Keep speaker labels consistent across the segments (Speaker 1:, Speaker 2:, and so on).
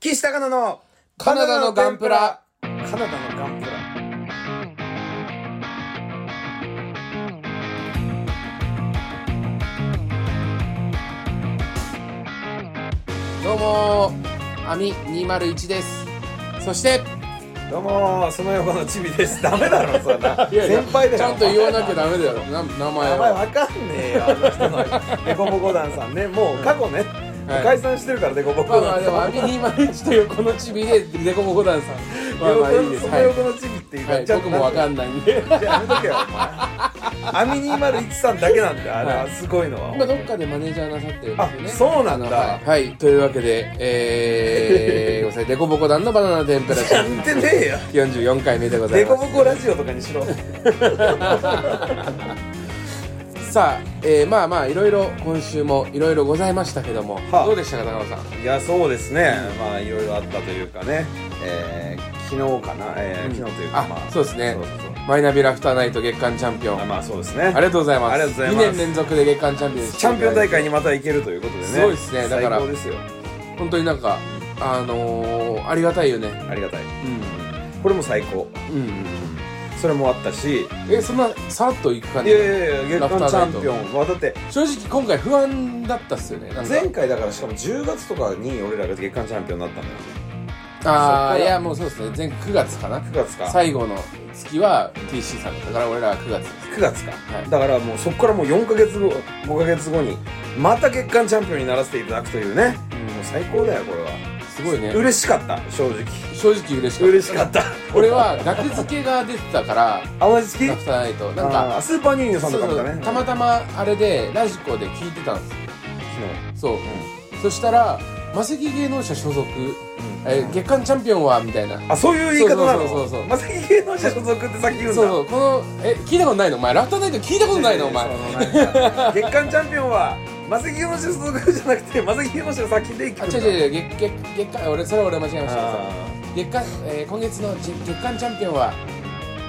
Speaker 1: 岸高野の
Speaker 2: カナダのガンプラ。
Speaker 1: カナダのガンプラ。
Speaker 2: どうもー、アミ201です。そして、
Speaker 1: どうもーその横のチビです。ダメだろ、そん な。先輩だよ。
Speaker 2: ちゃんと言わなきゃダメだよ、な名前
Speaker 1: 名前
Speaker 2: は。
Speaker 1: わかんねえよ、あの人の。デコボコ団さんね。もう過去ね、
Speaker 2: はい
Speaker 1: 解散してるから、デコボ
Speaker 2: ま
Speaker 1: コ
Speaker 2: あま
Speaker 1: 団
Speaker 2: あ、でも、
Speaker 1: さ
Speaker 2: ア
Speaker 1: ん。
Speaker 2: ミ201というこのチビで、デコボコ団さん。まあまあ、いいです。
Speaker 1: そ
Speaker 2: は
Speaker 1: の
Speaker 2: い。
Speaker 1: 横のチビっていう
Speaker 2: は
Speaker 1: か、
Speaker 2: い、
Speaker 1: ちょっ
Speaker 2: 僕
Speaker 1: と
Speaker 2: もわかんないんで。
Speaker 1: じゃあやめとけよ、お 前。アミ2013だけなんだよ、あれ
Speaker 2: は
Speaker 1: は。
Speaker 2: い
Speaker 1: すごいのは。
Speaker 2: 今どっかでマネージャーなさってるんですよね。
Speaker 1: あそうなんだ
Speaker 2: あのはい。はいというわけで、えー、ごめんなさい、デコボコ団のバナナ天ぷらシ
Speaker 1: や
Speaker 2: ー
Speaker 1: ってねえよ。
Speaker 2: 44回目でござい
Speaker 1: デコ
Speaker 2: ま
Speaker 1: ボコラジオとかにしろ。
Speaker 2: す。さあ、えー、まあまあ、いろいろ、今週もいろいろございましたけども、
Speaker 1: はあ
Speaker 2: どうでしたか、高野さん。
Speaker 1: いやそうですね、まあいろいろあったというかね、えー昨日かな、えー昨日というか、
Speaker 2: あ
Speaker 1: まあ
Speaker 2: そうですね
Speaker 1: そうそうそう
Speaker 2: マイナビラフターナイト月間チャンピオン
Speaker 1: あ
Speaker 2: あ
Speaker 1: まあそうですね
Speaker 2: りがとうございます
Speaker 1: ありがとうございます
Speaker 2: 2年連続で月間チャンピオンです
Speaker 1: チャンピオン大会にまた行けるということでね
Speaker 2: すごいですねだから
Speaker 1: 最高ですよ
Speaker 2: 本当になんかあのー、ありがたいよね
Speaker 1: ありがたい
Speaker 2: うん
Speaker 1: これも最高
Speaker 2: うん
Speaker 1: それもあったしい
Speaker 2: えそんなさらっといく感
Speaker 1: やい
Speaker 2: じ
Speaker 1: やいや
Speaker 2: ラ
Speaker 1: 月
Speaker 2: フ
Speaker 1: 間
Speaker 2: ター
Speaker 1: チ
Speaker 2: ナイ
Speaker 1: ャ
Speaker 2: ト
Speaker 1: ンピオンはだって
Speaker 2: 正直今回不安だったっすよねなんか
Speaker 1: 前回だからしかも10月とかに俺らが月間チャンピオンになったんだよね
Speaker 2: あ
Speaker 1: そっか
Speaker 2: あ
Speaker 1: ら
Speaker 2: いやもうそうですね前9月かな
Speaker 1: 9月か
Speaker 2: 最後の月は TC さんだったから俺らは9月です
Speaker 1: 9月か、
Speaker 2: い
Speaker 1: だからもうそこからもう4ヶ月後5ヶ月後にまた月間チャンピオンにならせていただくというね、もう最高だよこれは
Speaker 2: すごいね
Speaker 1: 嬉しかった正直
Speaker 2: 正直嬉しかった
Speaker 1: 嬉しかった
Speaker 2: 俺は額付けが出てたから
Speaker 1: あ同じ好
Speaker 2: ラフ
Speaker 1: き
Speaker 2: ターナイトなんか
Speaker 1: あースーパーニューニューさん
Speaker 2: そ
Speaker 1: と
Speaker 2: う
Speaker 1: かも
Speaker 2: そう
Speaker 1: だね
Speaker 2: たまたまあれでラジコで聞いてたんですそう、そしたら「マセキ芸能者所属、えー月間チャンピオンは」みたいな
Speaker 1: あそういう言い方なの
Speaker 2: そうそうそうそう
Speaker 1: まさき芸能者所属ってさっき言う
Speaker 2: そうん
Speaker 1: だ
Speaker 2: そうこのえ聞いたことないのお前ラフターナイト聞いたことないのお前
Speaker 1: そのなんか月間チャンピオンはまさき芸能者所属じゃなくてまさき芸能者先で
Speaker 2: あ
Speaker 1: 聞くん
Speaker 2: 違
Speaker 1: だ
Speaker 2: う違う違う月月月間俺それは俺間違えました
Speaker 1: あ
Speaker 2: 月間、えー今月のじ月間チャンピオンは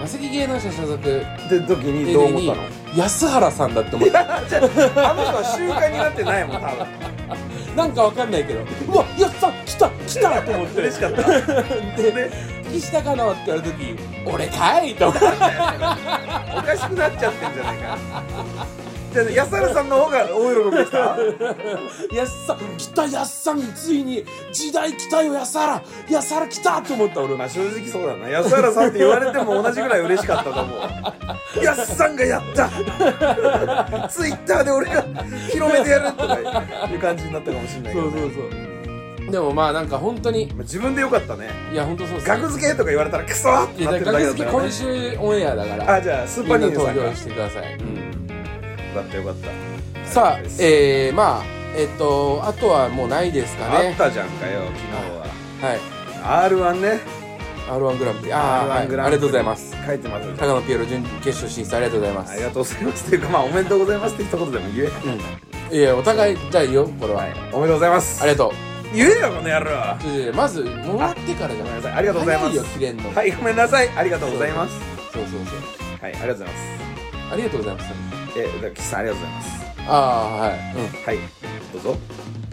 Speaker 2: マセキ芸能者所属って
Speaker 1: ーって時に
Speaker 2: いう
Speaker 1: どう
Speaker 2: 時
Speaker 1: 思
Speaker 2: に
Speaker 1: ったの
Speaker 2: 安原さんだって思った
Speaker 1: じゃああの人は習慣になってないもん多分
Speaker 2: なんかわかんないけどうわやった来た来たと思って
Speaker 1: 嬉しかった
Speaker 2: で岸田かなって言われた時俺かいと思って
Speaker 1: おかしくなっちゃってんじゃないかじゃあ安原さんの方が大喜びでした
Speaker 2: やっさ来たやっさんついに時代来たよやさらやさら来たと思った俺
Speaker 1: まあ正直そうだな安原さんって言われても同じぐらい嬉しかったと思う安さんがやったツイッターで俺が広めてやるとかいう感じになったかもしれないけど、ね、
Speaker 2: そうでもまあなんか本当に
Speaker 1: まあ自分でよかったね
Speaker 2: いや本当そうっすね
Speaker 1: 額付けとか言われたらクソーっ
Speaker 2: い
Speaker 1: て
Speaker 2: や
Speaker 1: なっ
Speaker 2: だ
Speaker 1: て
Speaker 2: か
Speaker 1: る
Speaker 2: ら
Speaker 1: だけだ
Speaker 2: 学
Speaker 1: った
Speaker 2: 付け
Speaker 1: よ
Speaker 2: 今
Speaker 1: ね
Speaker 2: 週オンエアだから
Speaker 1: あじゃあスー
Speaker 2: み
Speaker 1: パー
Speaker 2: ん
Speaker 1: ニ
Speaker 2: な
Speaker 1: ーニー
Speaker 2: 投
Speaker 1: さん
Speaker 2: 票
Speaker 1: か
Speaker 2: してください、うん
Speaker 1: よかったよかった
Speaker 2: さあ
Speaker 1: ありがたいです
Speaker 2: えー、まあえっとあとはもうないですか
Speaker 1: あっ
Speaker 2: ね
Speaker 1: たじゃんかよ昨
Speaker 2: はい
Speaker 1: 日は r 1ね
Speaker 2: r 1グランプリああ、は
Speaker 1: R1
Speaker 2: い、あり
Speaker 1: グ
Speaker 2: が
Speaker 1: ランプリ
Speaker 2: とうございます
Speaker 1: 書いてます
Speaker 2: 高野ピエロ準決勝進出ありがとうございます
Speaker 1: ありがとうございますというかまあおめでとうございますって一言でも言え、
Speaker 2: いやお互いだよこれは、
Speaker 1: おめでとうございます
Speaker 2: ありがとう
Speaker 1: 言えよこの野郎
Speaker 2: ちょちょまずもらってからじゃ
Speaker 1: ごめんな
Speaker 2: ない
Speaker 1: さいありがとうございます
Speaker 2: 早いよ切れんの、
Speaker 1: はい、ごめんなさい。ありがとうございます。
Speaker 2: そうそうそう
Speaker 1: はい、ありがとうございます。
Speaker 2: ありがとうございます
Speaker 1: え、だから岸さんありがとうございます。
Speaker 2: ああはいうん
Speaker 1: はい、どうぞ。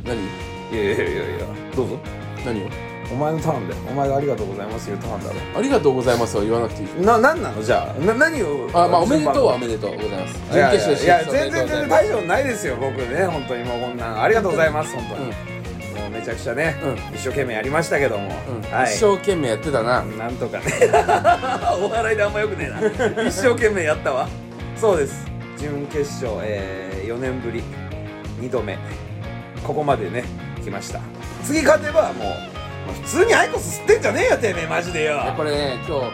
Speaker 2: 何
Speaker 1: いやいやいやいや、どうぞ。
Speaker 2: 何を
Speaker 1: お前のターンで、お前がありがとうございます言うターンだろ。
Speaker 2: ありがとうございますは言わなくていい
Speaker 1: な、なんなのじゃあ、な、何を。
Speaker 2: あまあおめでとうはお
Speaker 1: 順番
Speaker 2: めでとうございます準
Speaker 1: いやい
Speaker 2: 決勝
Speaker 1: やい
Speaker 2: 進
Speaker 1: や全
Speaker 2: 出おめでとう
Speaker 1: 然全
Speaker 2: ござい
Speaker 1: 然大
Speaker 2: ます
Speaker 1: 丈夫ないですよ僕ね本当にもうこんなんありがとうございます本当に、もうめちゃくちゃね、
Speaker 2: う
Speaker 1: 一生懸命やりましたけども、
Speaker 2: うん
Speaker 1: はい
Speaker 2: 一生懸命やってたな
Speaker 1: なんとかね お笑いであんまよくねえな 一生懸命やったわそうです準決勝、え4年ぶり2度目ここまでね来ました次勝てばもうもう普通にアイコス吸ってんじゃねえよてめえマジでよ
Speaker 2: でこれね今日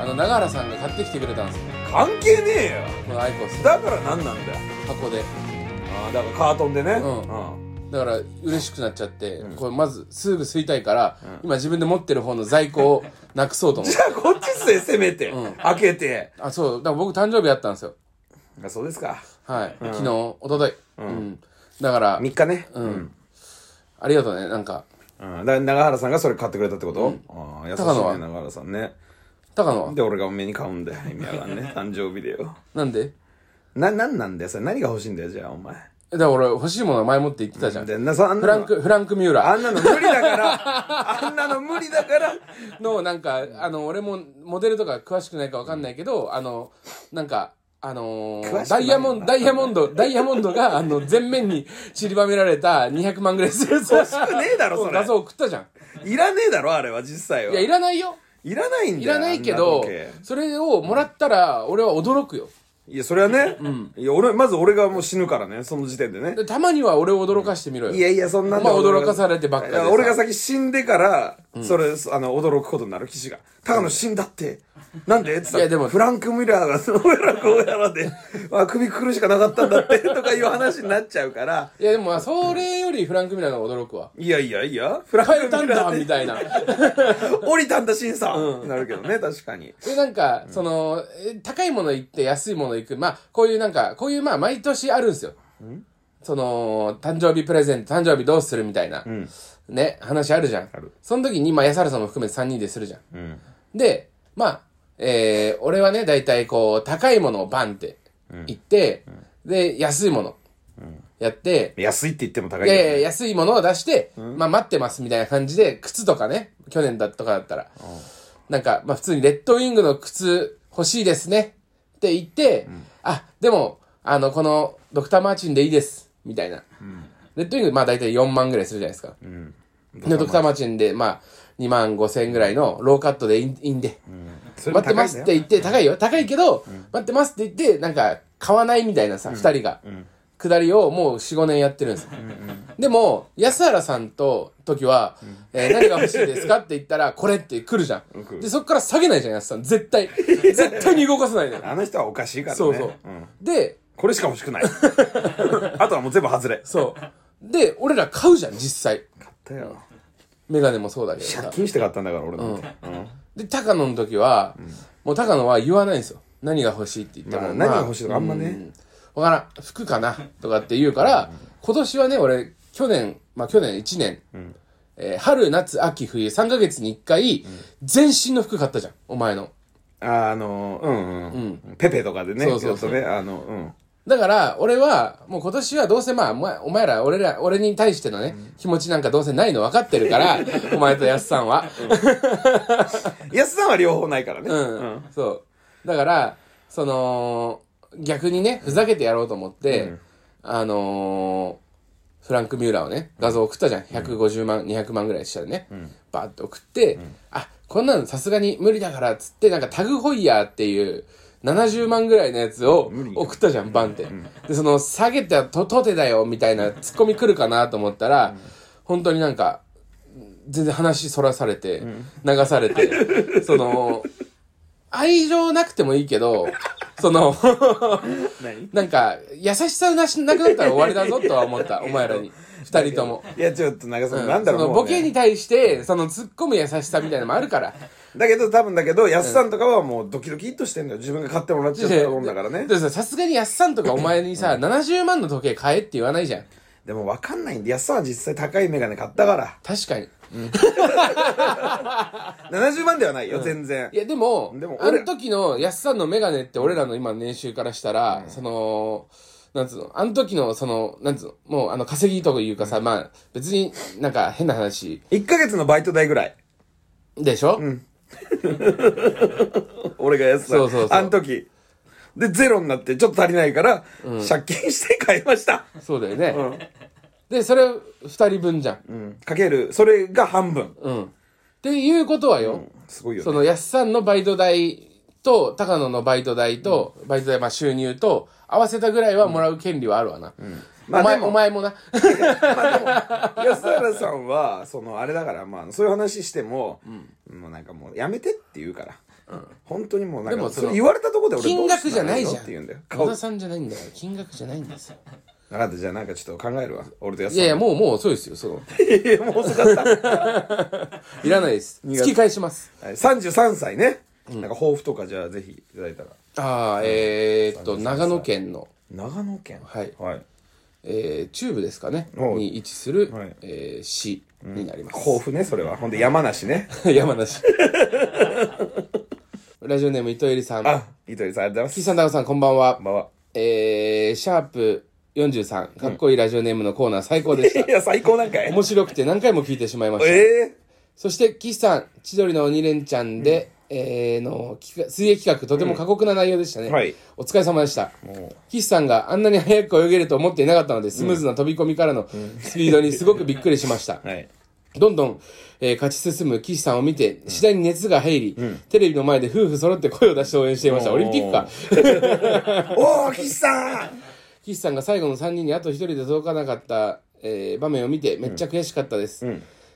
Speaker 2: あの永原さんが買ってきてくれたんですよ
Speaker 1: 関係ねえ
Speaker 2: このアイコス
Speaker 1: よだから何なんだよ
Speaker 2: 箱で
Speaker 1: あーだからカートンでね、
Speaker 2: うん
Speaker 1: うん
Speaker 2: だから嬉しくなっちゃって、
Speaker 1: ん
Speaker 2: これまずすぐ吸いたいから、
Speaker 1: うん
Speaker 2: 今自分で持ってる方の在庫をなくそうと思っ
Speaker 1: じ
Speaker 2: て
Speaker 1: ゃあこっちっすよせめて、
Speaker 2: うん
Speaker 1: 開けて
Speaker 2: あそうだから僕誕生日やったんですよ
Speaker 1: あそうですか
Speaker 2: はい、
Speaker 1: うん
Speaker 2: 昨日一昨日うん、だから
Speaker 1: 3日ね
Speaker 2: うん、ありがとうねなんか
Speaker 1: うん、だから長原さんがそれ買ってくれたってこと、ああ優しい
Speaker 2: 高野は
Speaker 1: ね長原さんね
Speaker 2: 高野は
Speaker 1: で俺がおめに買うんだ よ意味わかんねえ誕生日でよ
Speaker 2: なんで
Speaker 1: ななんなんだよそれ何が欲しいんだよじゃあお前
Speaker 2: だから俺欲しいものは前もって言ってたじゃん。
Speaker 1: でなさあん
Speaker 2: フ
Speaker 1: な
Speaker 2: ラ
Speaker 1: の
Speaker 2: ンク、フランク・ミューラ
Speaker 1: あんなの無理だから、あんなの無理だから、
Speaker 2: ーの、なんか、あの、俺もモデルとか詳しくないかわかんないけど、あの、なんか、あの
Speaker 1: 詳しくないよな
Speaker 2: ー、ダイヤモンド、ダイヤモンド、ダイヤモンドが、あ の、全面に散りばめられた200万ぐらいする
Speaker 1: 欲しくねえだろそれ
Speaker 2: 画像送ったじゃん。
Speaker 1: いらねえだろ、あれは実際
Speaker 2: いや、
Speaker 1: は。
Speaker 2: いらないよ。
Speaker 1: いらないんだ
Speaker 2: い
Speaker 1: よ。
Speaker 2: らないけ
Speaker 1: あんな
Speaker 2: ど
Speaker 1: 時計、
Speaker 2: それをもらったら、俺は驚くよ。
Speaker 1: いや、それはね、いや、俺、まず俺がもう死ぬからね、その時点でね。
Speaker 2: でたまには俺を驚かしてみろよ。
Speaker 1: いやいや、そんなんで
Speaker 2: お前驚かされてばっかりでさ
Speaker 1: いや俺が先死んでから、それ、あの、驚くことになる、騎士が。高野死んだって。なんでって言ったら
Speaker 2: いやでも
Speaker 1: フランク・ミラーが、 その俺らこうやらで、あ、首くるしかなかったんだって、とかいう話になっちゃうから、
Speaker 2: いや、でもまあ、それよりフランク・ミューラーの方が驚くわ。
Speaker 1: いやいやいや、フランク・
Speaker 2: 帰
Speaker 1: ミ
Speaker 2: ったん
Speaker 1: ラー
Speaker 2: だみ
Speaker 1: で
Speaker 2: たい な。
Speaker 1: 降りたんだ、シンさん、なるけどね、確かに。
Speaker 2: で、なんか、その、え高いもの行って安いもの行く。まあ、こういうなんか、こういうまあ、毎年あるんですよ。その、誕生日プレゼント、誕生日どうするみたいな、ね、話あるじゃん。
Speaker 1: る
Speaker 2: その時に、まあ、安原さんも含めて3人でするじゃん。
Speaker 1: うん。
Speaker 2: で、まあ、えー、俺はね、大体こう、高いものをバンって行って、で、安いもの、やって、
Speaker 1: 安いって言っても高い
Speaker 2: い
Speaker 1: けど
Speaker 2: や
Speaker 1: ね
Speaker 2: いや、安いものを出して、まあ待ってますみたいな感じで、靴とかね、去年だとかだったら、なんか、まあ普通にレッドウィングの靴欲しいですねって言って、あ、でも、あの、このドクターマーチンでいいです、みたいな。レッドウィング、まあ大体4万ぐらいするじゃないですか。で、ドクターマーチンで、まあ、2万5千ぐらいのローカットでいいんいいんで、
Speaker 1: それも
Speaker 2: 待
Speaker 1: 高いんだ
Speaker 2: って
Speaker 1: よ
Speaker 2: ますって言って、高いよ。高いけど、待ってますって言って、なんか、買わないみたいなさ、二、人が。くだりをもう4、5年やってるんですよ。でも、安原さんと、時は、えー何が欲しいですかって言ったら、これって来るじゃ
Speaker 1: 来
Speaker 2: ん。
Speaker 1: る
Speaker 2: で、そっから下げないじゃん、安さん。絶 対。絶対に動かさないのよ。
Speaker 1: あの人はおかしいからね。
Speaker 2: そうそう。
Speaker 1: ん
Speaker 2: で、
Speaker 1: これしか欲し くない。あとはもう全部外れ。
Speaker 2: そう。で、俺ら買うじゃん、実際。
Speaker 1: 買ったよ。
Speaker 2: メガネもそうだけど
Speaker 1: 借
Speaker 2: さ。
Speaker 1: 金して買ったんだから、俺なんて。うん
Speaker 2: で、高野の時は、もう高野は言わないんですよ。何が欲しいって言っても。
Speaker 1: まあ何が欲しいとかあんまね
Speaker 2: うんわからん。服かなとかって言うから、今年はね、俺、去年、まあ去年1年、えー春、夏、秋、冬、3ヶ月に1回、全身の服買ったじゃん。お前の。
Speaker 1: あの、うんうん。ペペとかでね。
Speaker 2: そうそうそう
Speaker 1: ちょっとね、あの、うん。
Speaker 2: だから、俺は、もう今年はどうせまあ、お前お前ら、俺ら、俺に対してのね、気持ちなんかどうせないの分かって るから、お前と安さんは。
Speaker 1: 安さんは両方ないからね。
Speaker 2: うん。そう。だから、その、逆にね、ふざけてやろうと思って、あのーフランク・ミューラーをね、画像送ったじゃん。150万、200万ぐらいしたらね、バーッと送って、あ、こんなのさすがに無理だから、つって、なんかタグホイヤーっていう、70万ぐらいのやつを送ったじゃん、バンって。で、その、下げたと、とてだよ、みたいなツッコミ来るかなと思ったら、本当になんか、全然話そらされて、流されて、その、愛情なくてもいいけど、 その、
Speaker 1: 何
Speaker 2: なんか、優しさなしなくなったら終わりだぞとは思った、お前らに。二人とも。
Speaker 1: いや、ちょっと長さ、
Speaker 2: うん
Speaker 1: なんだろ、
Speaker 2: そうの
Speaker 1: も
Speaker 2: ボ
Speaker 1: う
Speaker 2: ケ
Speaker 1: ね。
Speaker 2: に対して、その突っ込む優しさみたいなのもあるから。
Speaker 1: だけど、多分だけど、安さんとかはもうドキドキっとしてんだよ。自分が買ってもらっちゃったもんだからね
Speaker 2: で。でささすがに安さんとかお前にさ、70万の時計買えって言わないじゃん。
Speaker 1: でも分かんないんで、安さんは実際高いメガネ買ったから。
Speaker 2: 確かに。
Speaker 1: 70万ではないよ、全然
Speaker 2: い。や、でも、
Speaker 1: でも
Speaker 2: あ
Speaker 1: 俺
Speaker 2: の時の安さんのメガネって俺らの今の年収からしたら、その、なんつうの、あの時のその、なんつうの、もうあの稼ぎというかさ、まあ、別になんか変な話
Speaker 1: 1ヶ月のバイト代ぐらい。
Speaker 2: でしょ、
Speaker 1: 俺が安さん。
Speaker 2: そうそうそう
Speaker 1: あの時。で、ゼロになって、ちょっと足りないから、借金して買いました。
Speaker 2: そうだよね。で、それ二人分じゃん。
Speaker 1: うん。かける、それが半分。
Speaker 2: うん。っていうことはよ、
Speaker 1: すごいよ
Speaker 2: そ
Speaker 1: ね。
Speaker 2: の安さんのバイト代と、高野のバイト代と、バイト代、まあ収入と、合わせたぐらいはもらう権利はあるわな。
Speaker 1: まあ
Speaker 2: お前
Speaker 1: でも
Speaker 2: お前もな。
Speaker 1: 安原さんは、その、あれだから、まあ、そういう話しても、もうなんかもう、やめてって言うから。本当にもうなん
Speaker 2: で
Speaker 1: か、
Speaker 2: も
Speaker 1: そ
Speaker 2: そ
Speaker 1: れ
Speaker 2: の
Speaker 1: 言われたとこで俺
Speaker 2: 金
Speaker 1: どう
Speaker 2: 額
Speaker 1: し
Speaker 2: じ
Speaker 1: た
Speaker 2: ゃ
Speaker 1: ら
Speaker 2: ない
Speaker 1: の
Speaker 2: じゃん。
Speaker 1: って言うんだよ。
Speaker 2: 小
Speaker 1: 顔、
Speaker 2: 田
Speaker 1: 分
Speaker 2: さんじゃないんだよ。金額じゃない んですよ。
Speaker 1: かった、じゃあなんかちょっと考えるわ。俺と安
Speaker 2: いやいや、
Speaker 1: も
Speaker 2: もうもうそうですよ。その、
Speaker 1: う。いやいや、もう遅かった。
Speaker 2: いらないです。
Speaker 1: 苦手
Speaker 2: 突き返します。
Speaker 1: はい33歳ね。なんか抱負とかじゃあぜひいただいたら。
Speaker 2: ああ、えーっと、長野県の、
Speaker 1: 長野県
Speaker 2: はい
Speaker 1: はい。
Speaker 2: えー中部ですかね、
Speaker 1: おう
Speaker 2: に位置する、
Speaker 1: はい
Speaker 2: えー市になります。
Speaker 1: 抱負ね、それは。ほんで山梨ね。
Speaker 2: 山梨。ラジオネーム、糸入さん。
Speaker 1: あ、糸井さんありがとうございます。
Speaker 2: 岸さん、高尾さん、こんばんは
Speaker 1: こん。ばんは。
Speaker 2: えー、シャープ43、かっこいいラジオネームのコーナー最高でした
Speaker 1: い。や、最高なんかい。
Speaker 2: 面白くて何回も聞いてしまいました。
Speaker 1: え
Speaker 2: そして、岸さん、千鳥の鬼レンチャンで、えーの、企画水泳企画、とても過酷な内容でしたね。
Speaker 1: はい
Speaker 2: お疲れ様でした。岸さんがあんなに速く泳げると思っていなかったので、スムーズな飛び込みからのスピードにすごくびっくりしました
Speaker 1: え。はい。
Speaker 2: どんどん、えー勝ち進む岸さんを見て、次第に熱が入り、テレビの前で夫婦揃って声を出して応援していました。
Speaker 1: おー
Speaker 2: オリンピックか。
Speaker 1: おー、岸さん
Speaker 2: 岸さんが最後の3人にあと1人で届かなかった、えー場面を見てめっちゃ悔しかったです、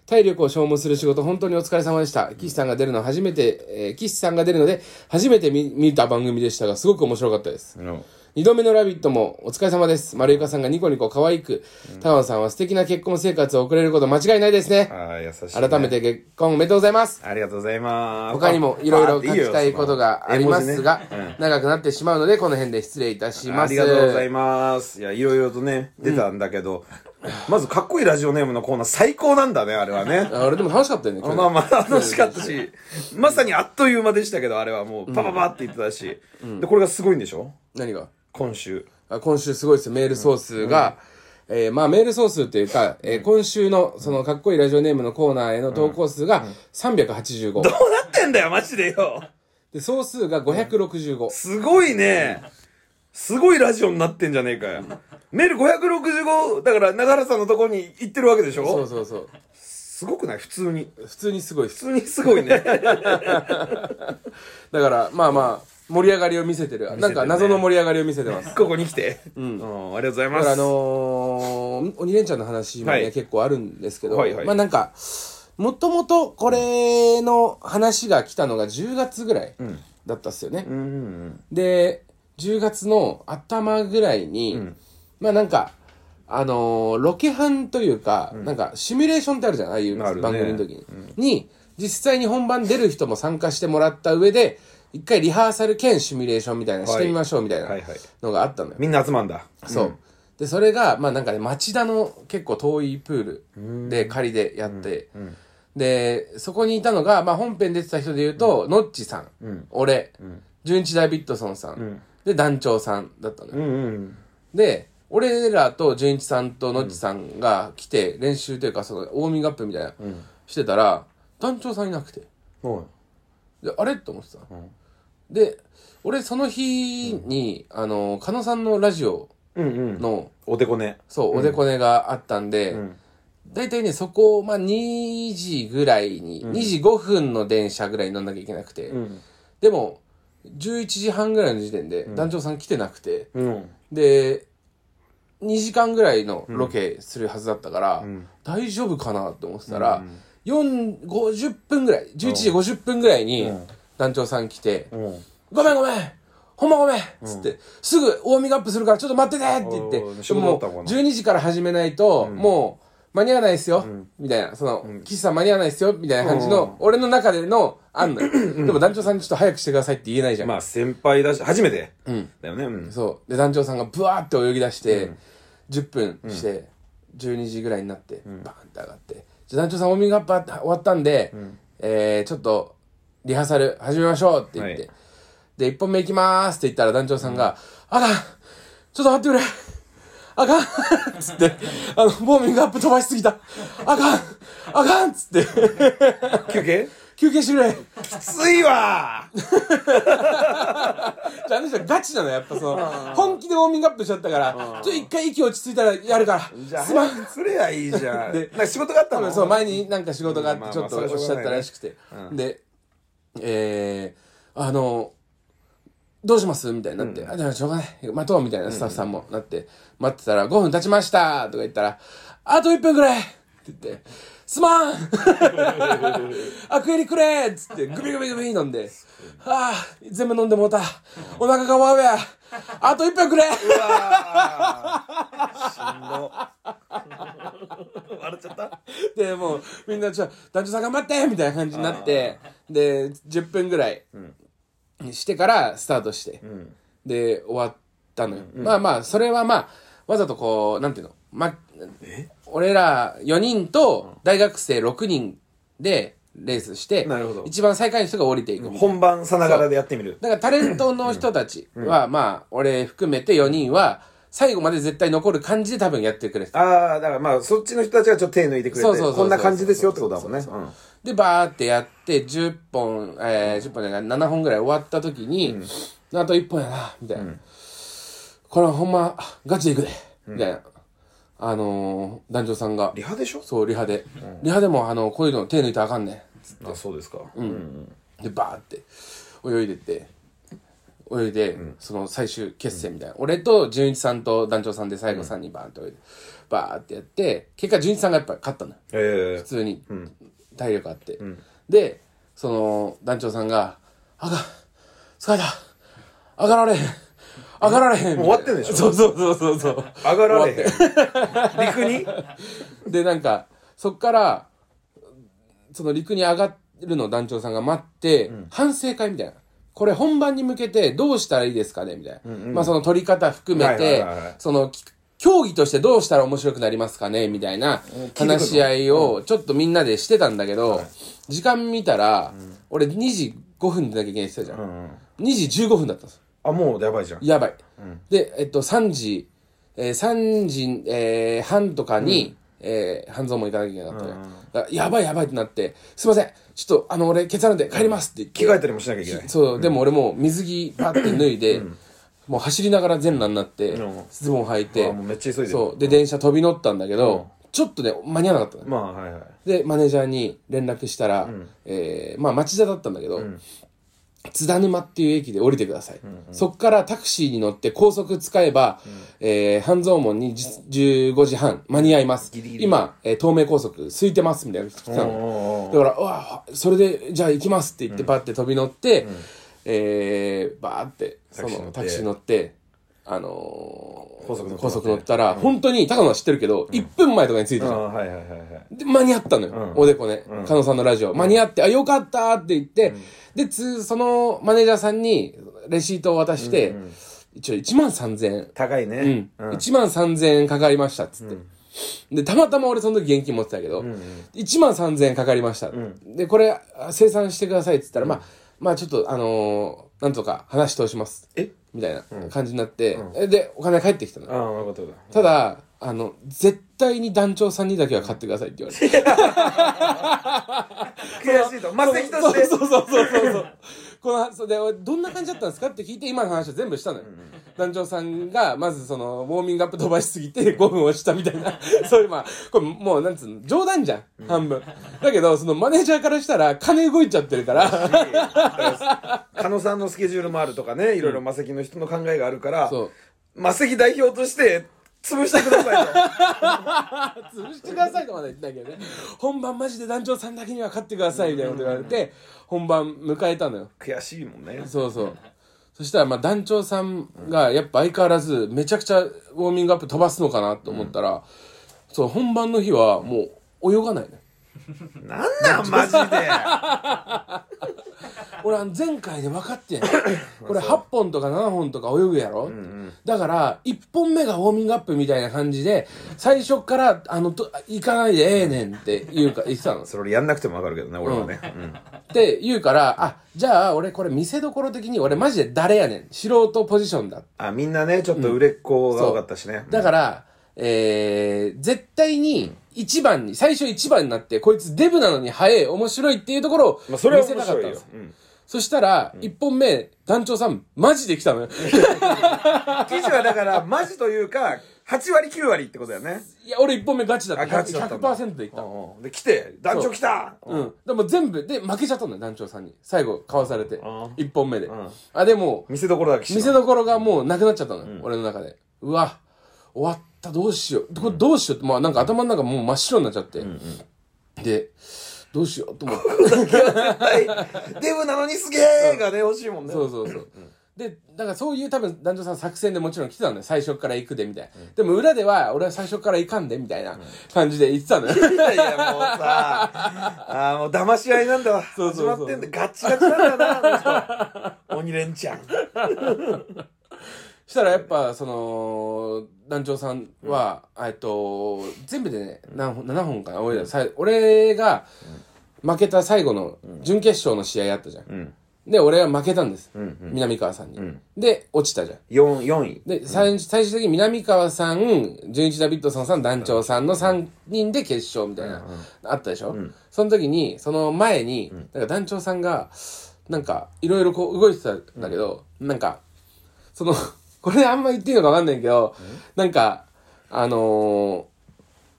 Speaker 2: 体力を消耗する仕事本当にお疲れ様でした岸さんが出るの初めて、えー岸さんが出るので初めて見見た番組でしたがすごく面白かったです2度目の「ラビット!」もお疲れ様です丸岡さんがニコニコ可愛く、タワンさんは素敵な結婚生活を送れること間違いないですね
Speaker 1: ああ、優しい、
Speaker 2: 改め。て結婚おめでとうございます
Speaker 1: ありがとうございます。
Speaker 2: 他にもいろいろ書きたいことがありま
Speaker 1: あいい
Speaker 2: す
Speaker 1: よ
Speaker 2: が
Speaker 1: その絵文字ね、
Speaker 2: 長くなってしまうので、この辺で失礼いたし
Speaker 1: うん
Speaker 2: ます。
Speaker 1: ありがとうございます。いや、いろいろとね、出たんだけど、まずかっこいいラジオネームのコーナー最高なんだね、あれはね。
Speaker 2: あれでも楽しかったよね、今日
Speaker 1: まあまあ楽しかったし、まさにあっという間でしたけど、あれはもうパパパって言ってたし、で、これがすごいんでしょ
Speaker 2: 何が
Speaker 1: 今週。
Speaker 2: あ今週すごいですよメール総数が、えーまあメール総数っていうか、えー今週のそのかっこいいラジオネームのコーナーへの投稿数が385、
Speaker 1: どうなってんだよ、マジでよ。
Speaker 2: で総数が565、
Speaker 1: すごいね。すごいラジオになってんじゃねえかよ。メール565、だから長原さんのとこに行ってるわけでし
Speaker 2: そう
Speaker 1: ょ
Speaker 2: そうそう
Speaker 1: すごくない普通に。
Speaker 2: 普通にすごいで
Speaker 1: 普
Speaker 2: す
Speaker 1: 通にすごいね。
Speaker 2: だからまあまあ盛り上がりを見せてるなんか謎の盛り上がりを見せてます
Speaker 1: ここに来て。うん。ありがとうござい
Speaker 2: だ
Speaker 1: ま
Speaker 2: か
Speaker 1: す。
Speaker 2: らあのー、鬼レンチャンの話もね、
Speaker 1: はい
Speaker 2: 結構あるんですけど、
Speaker 1: はいはい
Speaker 2: まあなんかもともとこれの話が来たのが10月ぐらいだったっすよね、
Speaker 1: うんうん
Speaker 2: で10月の頭ぐらいに、まあなんかあのーロケハンというか、なんかシミュレーションってあるじゃんああいう
Speaker 1: あるね
Speaker 2: 番組の時に、に実際に本番出る人も参加してもらった上で一回リハーサル兼シミュレーションみたいなしてみましょうみたいな
Speaker 1: はいはい
Speaker 2: のがあったのよ、
Speaker 1: みんな集まんだ。
Speaker 2: そう、でそれがまあなんかね町田の結構遠いプールで仮でやって、でそこにいたのが、まあ、本編出てた人で言うと、ノッチさん、俺、純一ダビッドソンさん、で団長さんだったのよ、
Speaker 1: うんうん。
Speaker 2: で俺らと純一さんとノッチさんが来て練習というかそのウォーミングアップみたいな、してたら団長さんいなくて
Speaker 1: はい。
Speaker 2: であれと思ってた、で俺その日に、あの狩野さんのラジオ
Speaker 1: うんうん。
Speaker 2: の、
Speaker 1: おでこね。
Speaker 2: そう、おでこねがあったんで、大体ね、そこを、まあ、2時ぐらいに、2時5分の電車ぐらいに乗んなきゃいけなくて、
Speaker 1: ん
Speaker 2: でも、11時半ぐらいの時点で、団長さん来てなくて、
Speaker 1: うん。
Speaker 2: で、2時間ぐらいのロケするはずだったから、大丈夫かなと思ってたら、4、50分ぐらい、11時50分ぐらいに、団長さん来て、
Speaker 1: うん。
Speaker 2: ごめんごめんほんまごめんっつって、すぐウォーミングアップするからちょっと待っててって言って、
Speaker 1: おー
Speaker 2: で
Speaker 1: 仕事だ
Speaker 2: も
Speaker 1: ったのかな
Speaker 2: 12時から始めないと、もう間に合わないですよ、みたいな、その、岸さん間に合わないですよ、みたいな感じの、俺の中での、あんのよ。でも団長さんにちょっと早くしてくださいって言えないじゃん。
Speaker 1: まあ先輩だし、初めて。だよね。うん。
Speaker 2: そう。で、団長さんがブワーって泳ぎ出して、10分して、12時ぐらいになって、バーンって上がって、じゃあ団長さんウォーミングアップあった終わったんで、えー、ちょっと、リハーサル始めましょうって言って、
Speaker 1: はい
Speaker 2: で、1本目行きまーすって言ったら団長さんが、あかんちょっと待ってくれあかんっつって、あの、ウォーミングアップ飛ばしすぎたあかんあかんっつって、
Speaker 1: 休憩
Speaker 2: 休憩してくれ
Speaker 1: きついわー
Speaker 2: あの人はガチなのやっぱその本気でウォーミングアップしちゃったからちょっと一回息落ち着いたらやるか
Speaker 1: じゃ
Speaker 2: ら
Speaker 1: あ、
Speaker 2: すまん
Speaker 1: 早くすればいいじゃん。
Speaker 2: で
Speaker 1: なんか仕事があった
Speaker 2: 多
Speaker 1: の
Speaker 2: 分そう前になんか仕事があっ
Speaker 1: まあ
Speaker 2: て
Speaker 1: まあ
Speaker 2: ちょ
Speaker 1: そ
Speaker 2: っと
Speaker 1: れは
Speaker 2: おっ
Speaker 1: し
Speaker 2: し
Speaker 1: ょ
Speaker 2: ゃ
Speaker 1: うが
Speaker 2: っ
Speaker 1: な
Speaker 2: た
Speaker 1: いね
Speaker 2: らしくてでえー、あのどうしますみたいになって、あ、でもしょうがない。待とうみたいなスタッフさんもなって、待ってたら、5分経ちましたとか言ったら、あと1分くれって言って、すま んアクエリくれっつって、グビグビグビ飲んで、ああ、全部飲んでもうた。お腹がワーワー。あと1分くれ
Speaker 1: 笑っちゃった
Speaker 2: でもうみんなちょ団長さん頑張ってみたいな感じになってで10分ぐらいにしてからスタートして、で終わったのよ、まあまあそれはまあわざとこうなんていうの、ま、俺ら4人と大学生6人でレースして
Speaker 1: なるほど
Speaker 2: 一番最下位の人が降りていくみたいな
Speaker 1: 本番さながらでやってみる。
Speaker 2: だからタレントの人たちは、まあ、俺含めて4人は、最後まで絶対残る感じで多分やってくれてた。
Speaker 1: ああ、だからまあ、そっちの人たちがちょっと手抜いてくれ
Speaker 2: そう
Speaker 1: て、
Speaker 2: そうそうそ
Speaker 1: こ
Speaker 2: う
Speaker 1: んな感じですよってことだもんね。
Speaker 2: そう
Speaker 1: うん
Speaker 2: で、バーってやって、10本、えー、10本じゃない、7本ぐらい終わった時に、あと1本やな、みたいな。これはほんま、ガチでいくで、みたいな。あのー、団長さんが
Speaker 1: リ、ハでしょ
Speaker 2: そう、リハで。リハでも、あの、こういうの手抜いたらあかんねん。
Speaker 1: あ、そうですか。
Speaker 2: でバーって泳いでって泳いで、その最終決戦みたいな、俺と純一さんと団長さんで最後3人バーンって泳いで、バーってやって結果純一さんがやっぱ勝ったのよ
Speaker 1: ええ
Speaker 2: 普通に、体力あって、でその団長さんが「あかん疲れた上がられへん上がられへん」
Speaker 1: もう終わってんでしょ
Speaker 2: そうそうそうそうそう
Speaker 1: 上がられへん。陸に
Speaker 2: でなんかそっからその陸に上がるのを団長さんが待って、反省会みたいなこれ本番に向けてどうしたらいいですかねみたいな、まあその取り方含め
Speaker 1: はい
Speaker 2: て
Speaker 1: はいはいはい
Speaker 2: そのき競技としてどうしたら面白くなりますかねみたいな話し合いをちょっとみんなでしてたんだけど、時間見たら、俺2時5分でなきゃいけないって言ってたじゃん、2時15分だったんです
Speaker 1: あ、もうやばいじゃん。
Speaker 2: やばい。で、えっと、3時、えー、3時、えー半とかに、えー半蔵門行かなきゃいけなかったね。だからやばいやばいってなって、すいません、ちょっと、あの、俺、ケツあるんで帰りますって
Speaker 1: 着替
Speaker 2: 言っ
Speaker 1: えたりもしなきゃいけない
Speaker 2: て。。そう、でも俺もう水着パって脱いで、もう走りながら全裸になって
Speaker 1: ん、
Speaker 2: ズボン履いて、
Speaker 1: あもうめっちゃ急いでる
Speaker 2: そう、で、電車飛び乗ったんだけど、ちょっとね、間に合わなかったのね
Speaker 1: まあ、はいはい。
Speaker 2: でマネージャーに連絡したら、えーまあ町田だったんだけど、津田沼っていう駅で降りてください、そっからタクシーに乗って高速使えば、えー半蔵門にじ15時半間に合います
Speaker 1: ギリギリ
Speaker 2: 今、えー東名高速空いてますみたいなの来た
Speaker 1: おーおー
Speaker 2: のだからうわそれでじゃあ行きますって言ってパッて飛び乗って、えーバーってその
Speaker 1: タク
Speaker 2: タク
Speaker 1: シー
Speaker 2: シー
Speaker 1: 乗
Speaker 2: 乗ってあのー
Speaker 1: 高速乗って
Speaker 2: 高速乗ったら、本当に高野は知ってるけど、1分前とかに着いた
Speaker 1: あ
Speaker 2: じゃん
Speaker 1: あ、はいはいはいはい。
Speaker 2: で、間に合ったのよ。おでこね。加納さんのラジオ。間に合って、あ、よかったって言って、で、つ、そのマネージャーさんに、レシートを渡して、一応1万3000円。
Speaker 1: 高いね。
Speaker 2: うん。1万3000円かかりました、っつって。で、たまたま俺その時現金持ってたけど、1万3000円かかりました。で、これ、あ生産してくださいっつったら、まあ、まあちょっと、あのーなんとか話通します。
Speaker 1: え
Speaker 2: みたいな感じになって、えで、お金返ってきたの。
Speaker 1: ああ、よかったよかった
Speaker 2: だ、あの、絶対に団長さんにだけは買ってくださいって言われて。
Speaker 1: た。悔しいと。マセキとして。
Speaker 2: そうそうそうそうそう。このそれで俺どんな感じだったんですかって聞いて今の話を全部したのよ、団長さんがまずそのウォーミングアップ飛ばしすぎて5分押したみたいな そういうまあこれもうなんつうの冗談じゃん、半分だけどそのマネージャーからしたら金動いちゃってるから
Speaker 1: 狩野さんのスケジュールもあるとかね、いろいろマセキの人の考えがあるから
Speaker 2: そう、
Speaker 1: マセキ代表として、潰してくださいと。
Speaker 2: 潰してくださいとまでは言ってないけどね本番マジで団長さんだけには勝ってくださいみたいなこと言われて本番迎えたのよ
Speaker 1: 悔しいもんね。
Speaker 2: そうそう。そしたら、まあ、団長さんが、やっぱ相変わらず、めちゃくちゃウォーミングアップ飛ばすのかなと思ったら、そう、本番の日は、もう、泳がないね。
Speaker 1: なんなん、マジ で。
Speaker 2: 俺、あの前回で分かってんのこれ、8本とか7本とか泳ぐやろ、だから、1本目がウォーミングアップみたいな感じで、最初から、あの、と行かないでええねんって言うか、言ってたの。
Speaker 1: それ俺やんなくてもわかるけどね、俺はね。うん
Speaker 2: って言うから、あ、じゃあ、俺、これ、見せどころ的に、俺、マジで誰やねん。素人ポジションだ
Speaker 1: あ、みんなね、ちょっと売れっ子が多かったしね。
Speaker 2: だから、えー、絶対に一番に、最初一番になって、こいつデブなのに早い、面白いっていうところを
Speaker 1: ま
Speaker 2: 見
Speaker 1: あ、それは
Speaker 2: せ
Speaker 1: 面
Speaker 2: たかっ
Speaker 1: 白
Speaker 2: た
Speaker 1: い
Speaker 2: んで
Speaker 1: よ
Speaker 2: す。。
Speaker 1: うん
Speaker 2: そしたら、一本目、団長さん、マジで来た のよ。
Speaker 1: 記事はだから、マジというか、8割9割ってことだよね。
Speaker 2: いや、俺一本目ガチだった。
Speaker 1: あガチだったんだ
Speaker 2: 100%で来た。
Speaker 1: で、来て、団長来た
Speaker 2: うん。でも全部、で、負けちゃったのよ、団長さんに。最後、かわされて
Speaker 1: あ。
Speaker 2: 一本目で
Speaker 1: ん。
Speaker 2: あ、でも、
Speaker 1: 見せどころだけ
Speaker 2: 見せどころがもうなくなっちゃったのよ、俺の中で。うわ、終わった、どうしよう。これどうしようって、まあなんか頭の中もう真っ白になっちゃって。で、どうしようと思って。
Speaker 1: はいデブなのにすげえがね、欲しいもんね。
Speaker 2: そうそうそう。で、だからそういう多分男女さん作戦でもちろん来てたんだよ。最初から行くで、みたいな。でも裏では、俺は最初から行かんで、みたいな感じで言ってたのよ。
Speaker 1: いやいや、もう さ、あーもう騙し合いなんだわ。
Speaker 2: そうそうそ
Speaker 1: 始ま
Speaker 2: う
Speaker 1: ってんだ。ガッチガチなんだな、あ の人。鬼レンちゃん。
Speaker 2: したらやっぱ、その、団長さんは、えっと、全部でね、何本、7本かな、俺らさい俺が、負けた最後の準決勝の試合あったじゃん。で、俺は負けたんです。
Speaker 1: うんうん
Speaker 2: 南川さんに、
Speaker 1: ん
Speaker 2: で、落ちたじゃん。
Speaker 1: 4, 4位
Speaker 2: で、最最終的に南川さん、純一ダビッドソンさん、団長さんの3人で決勝みたいな、あったでしょ、その時に、その前に、なんか団長さんが、なんか、いろいろこう動いてたんだけど、なんか、その、 これあんま言っていいのかわかんないけど、なんか、あの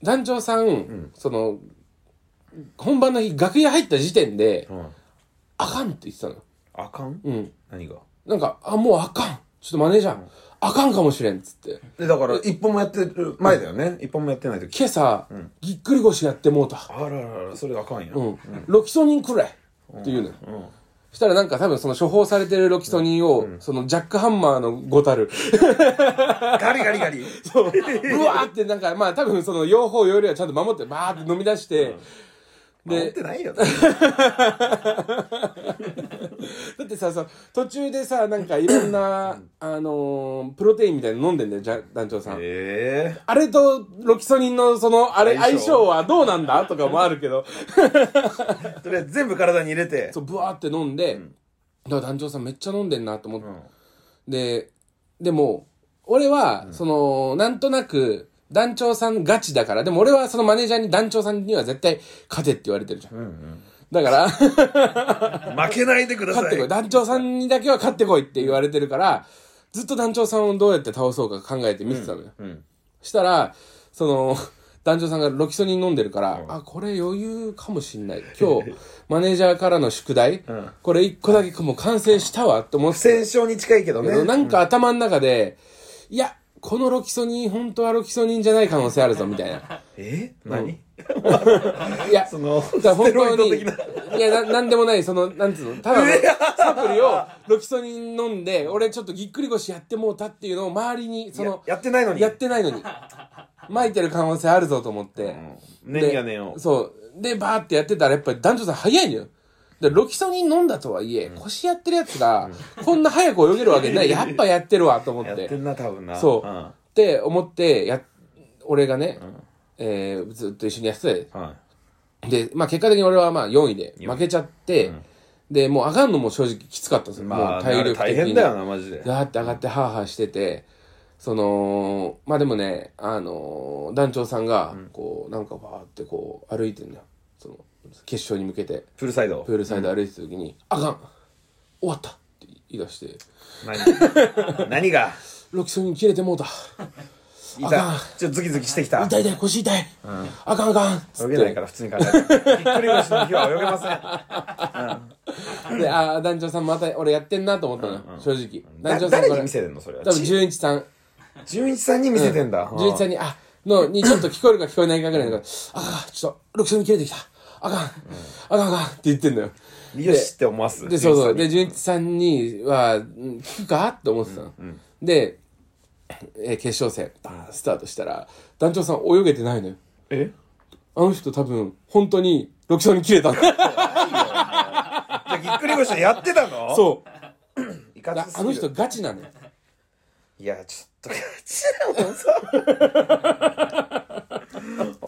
Speaker 2: ー団長さん、その、本番の日、楽屋入った時点で、
Speaker 1: うん
Speaker 2: あかんって言ってたの。
Speaker 1: あかん、
Speaker 2: うん。
Speaker 1: 何が
Speaker 2: なんか、あ、もうあかん。ちょっとマネージャー、あかんかもしれんっつって。
Speaker 1: でだから一本もやってる前だよね一本もやってない時
Speaker 2: 今朝、ぎっくり腰やってもうた。
Speaker 1: あらららそれがあかんや、
Speaker 2: うん。ロキソニンくれって言うのよ。そしたらなんか多分その処方されてるロキソニンを、そのジャックハンマーのごたる、
Speaker 1: ガリガリガリ そう
Speaker 2: うわーってなんか、まあ多分その用法用量はちゃんと守って、バーって飲み出して、
Speaker 1: 持っ
Speaker 2: で、
Speaker 1: てないよ
Speaker 2: だってさ、その途中でさ、なんかいろんな、あのープロテインみたいなの飲んでんだよ、じゃ団長さん。
Speaker 1: え
Speaker 2: あれとロキソニンのその、あれ
Speaker 1: 相性
Speaker 2: 相性はどうなんだとかもあるけど。
Speaker 1: えとりあえず全部体に入れて
Speaker 2: そう、ブワーって飲んで、だから団長さんめっちゃ飲んでんなと思って、で、でも、俺は、その、なんとなく、団長さんガチだから、でも俺はそのマネージャーに団長さんには絶対勝てって言われてるじゃん。だ から、勝
Speaker 1: 負けないでください
Speaker 2: ってこい。団長さんにだけは勝ってこいって言われてるから、ずっと団長さんをどうやって倒そうか考えて見てたのよ。
Speaker 1: うん
Speaker 2: したら、その、団長さんがロキソニン飲んでるから、あ、これ余裕かもしんない。今 日、マネージャーからの宿題、
Speaker 1: ん
Speaker 2: これ一個だけもう完成したわって思って
Speaker 1: 戦勝に近いけど
Speaker 2: た
Speaker 1: ね
Speaker 2: けど、なんか頭の中で、いや、このロキソニン、本当はロキソニンじゃない可能性あるぞ、みたい な。
Speaker 1: え何、
Speaker 2: いや、
Speaker 1: その
Speaker 2: だから本当に、
Speaker 1: ステロイド
Speaker 2: いや、な、なんでもない、その、なんつうの、ただのサプリをロキソニン飲んで、俺ちょっとぎっくり腰やってもうたっていうのを周りに、その、
Speaker 1: ややってないのに
Speaker 2: やってないのに。巻いてる可能性あるぞと思って。
Speaker 1: うんねんやねんを
Speaker 2: でそう。で、バーってやってたら、やっぱり男女さん早いのよ。で、ロキソニン飲んだとはいえ、腰やってるやつが、こんな早く泳げるわけ ない。やっぱやってるわ、と思っ
Speaker 1: やって
Speaker 2: て。
Speaker 1: んな多分な
Speaker 2: そう。
Speaker 1: ん
Speaker 2: って思って、や、俺がね、えーずっと一緒にやって
Speaker 1: は
Speaker 2: たで、まあ結果的に俺はまあ4位で負けちゃって、で、もう上がんのも正直きつかったんです
Speaker 1: い
Speaker 2: よ。
Speaker 1: ま
Speaker 2: も
Speaker 1: あ
Speaker 2: う体力的に。
Speaker 1: 大変だよなマジで
Speaker 2: ガーって上がってハーハーしてて、その、まあでもね、あのー団長さんが、こう、なんかバーってこう、歩いてんだよ。その、決勝に向けて、
Speaker 1: プールサイド
Speaker 2: プールサイド歩いてた時に、あかん終わったって言い出して、
Speaker 1: 何 何が
Speaker 2: ロキソニン切れてもうた。
Speaker 1: 痛い
Speaker 2: あかん
Speaker 1: ちょっとズキズキしてきた
Speaker 2: 痛い痛い、腰痛い、あかんあかんつ
Speaker 1: 泳
Speaker 2: っ
Speaker 1: げないか
Speaker 2: て。
Speaker 1: ら普通に考えてびっくり腰の日は泳げま せん
Speaker 2: で、あー団長さんまた俺やってんなと思ったのよ、正直。
Speaker 1: だ
Speaker 2: 団長さん
Speaker 1: 誰
Speaker 2: こ
Speaker 1: に
Speaker 2: れ
Speaker 1: 見せてんのそれは
Speaker 2: 多分
Speaker 1: じ
Speaker 2: 純一さん。
Speaker 1: 純一さんに見せてんだ
Speaker 2: 純一さんに、あ、の、にちょっと聞こえるか聞こえないかぐらいの、ああ、ちょっと、ロキソニン切れてきた。あかん、あかんあかんって言ってんのよ。
Speaker 1: うんよしって思わす
Speaker 2: で、そうそ
Speaker 1: 純
Speaker 2: う。で、
Speaker 1: 一
Speaker 2: 純一さんには、うん聞くかって思ってたの。で、えー決勝戦、バーンスタートしたら、団長さん泳げてないのよ。
Speaker 1: さん にえ
Speaker 2: あの人多分、本当に、ロキソニン切 れたんだ。
Speaker 1: じゃあぎっくり腰でやってたのう
Speaker 2: そう。
Speaker 1: いか
Speaker 2: だ
Speaker 1: つす
Speaker 2: あ
Speaker 1: ぎ
Speaker 2: の
Speaker 1: る
Speaker 2: 人ガチなのよ。
Speaker 1: いやちょっとガチだもんさ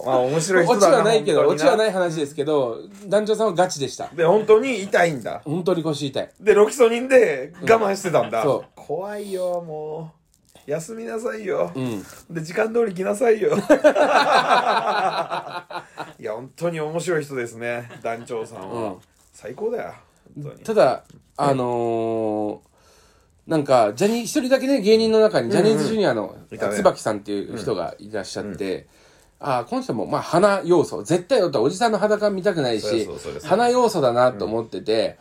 Speaker 1: まあ面白い人だ
Speaker 2: オチはないけど、
Speaker 1: 本当
Speaker 2: オ
Speaker 1: に
Speaker 2: チはない話ですけど、団長さんはガチでした。
Speaker 1: で本当に痛いんだ
Speaker 2: 本当に腰痛い。
Speaker 1: でロキソニンで我慢してたんだ、
Speaker 2: うんそう
Speaker 1: 怖いよもう休みなさいよ、で時間通り来なさいよ いや本当に面白い人ですね団長さんは、
Speaker 2: うん
Speaker 1: 最高だよ本当 に
Speaker 2: ただ、あのーなんか、ジャニー、一人だけね、芸人の中に、ジャニーズジュニアの、
Speaker 1: いたね
Speaker 2: 椿さんっていう人がいらっしゃって、ああ、この人も、まあ、花要素。絶対だったらおじさんの裸見たくない
Speaker 1: そりゃ
Speaker 2: し
Speaker 1: そうそりゃ、そう
Speaker 2: 花要素だなと思ってて、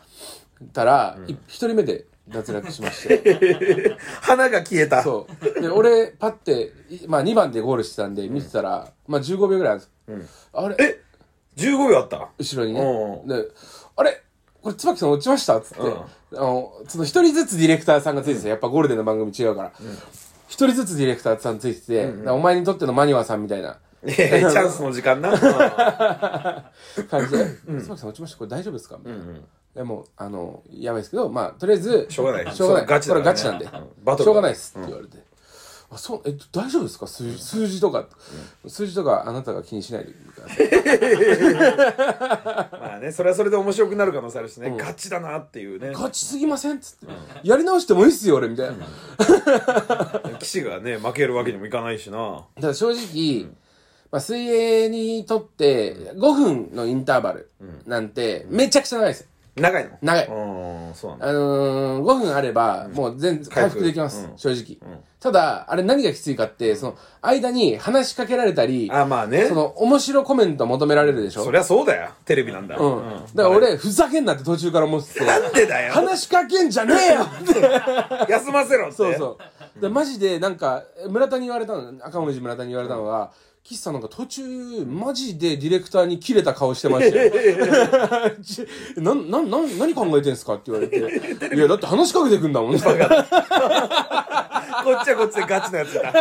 Speaker 2: たら、い一人目で脱落しまして。
Speaker 1: 花が消えた
Speaker 2: そう。で、俺、パって、いまあ、2番でゴールしてたんで、見てたら、まあ、15秒ぐらいあるんです。あれ
Speaker 1: え15秒あ った
Speaker 2: 後ろに
Speaker 1: おうおう
Speaker 2: ね。で、あれこれ、椿さん落ちましたっつって、あの、その一人ずつディレクターさんがついてて、やっぱゴールデンの番組違うから。一、人ずつディレクターさんついてて、なお前にとってのマニュアさんみたいな
Speaker 1: えチャンスの時間な、うん
Speaker 2: 感じ で、椿さん落ちましたこれ大丈夫ですかみたいな。でもう、あの、やばいですけど、まあ、とりあえず、
Speaker 1: しょうがない
Speaker 2: しょうがない。
Speaker 1: それガチだ
Speaker 2: こ
Speaker 1: か
Speaker 2: れ
Speaker 1: ら
Speaker 2: ガ
Speaker 1: ね
Speaker 2: チなんで、
Speaker 1: うんバトルだ
Speaker 2: しょうがないですって言われて。あそうえっと大丈夫ですか数数字とか、数字とかあなたが気にしないでく ださい
Speaker 1: まあねそれはそれで面白くなる可能性あるしね、ガチだなっていうね
Speaker 2: 勝ちすぎませんっつって、やり直してもいいっすよ俺みたいな、だ
Speaker 1: 騎士がね負けるわけにもいかないしな
Speaker 2: から正直、まあ、水泳にとって5分のインターバルなんてめちゃくちゃ長いですよ
Speaker 1: 長いの
Speaker 2: 長い
Speaker 1: うんそうなんだ
Speaker 2: あのー、5分あれば、もう全然回復できます、
Speaker 1: うん
Speaker 2: 正直、
Speaker 1: うん
Speaker 2: ただ、あれ何がきついかって、その、間に話しかけられたり、
Speaker 1: あまあね
Speaker 2: その、面白コメント求められるでしょ
Speaker 1: そりゃそうだよテレビなんだ
Speaker 2: うん。だから俺、ふざけんなって途中から思ってて、
Speaker 1: なんでだよ
Speaker 2: 話しかけんじゃねえよって。
Speaker 1: 休ませろって
Speaker 2: そうそう。で、マジで、なんか、村田に言われたの、赤文字村田に言われたのが、岸さんなんか途中、マジでディレクターに切れた顔してましたよ。 ちな、な、な、何考えてんすかって言われて。いや、だって話しかけてくんだもん。当
Speaker 1: こっちはこっちでガチなやつだ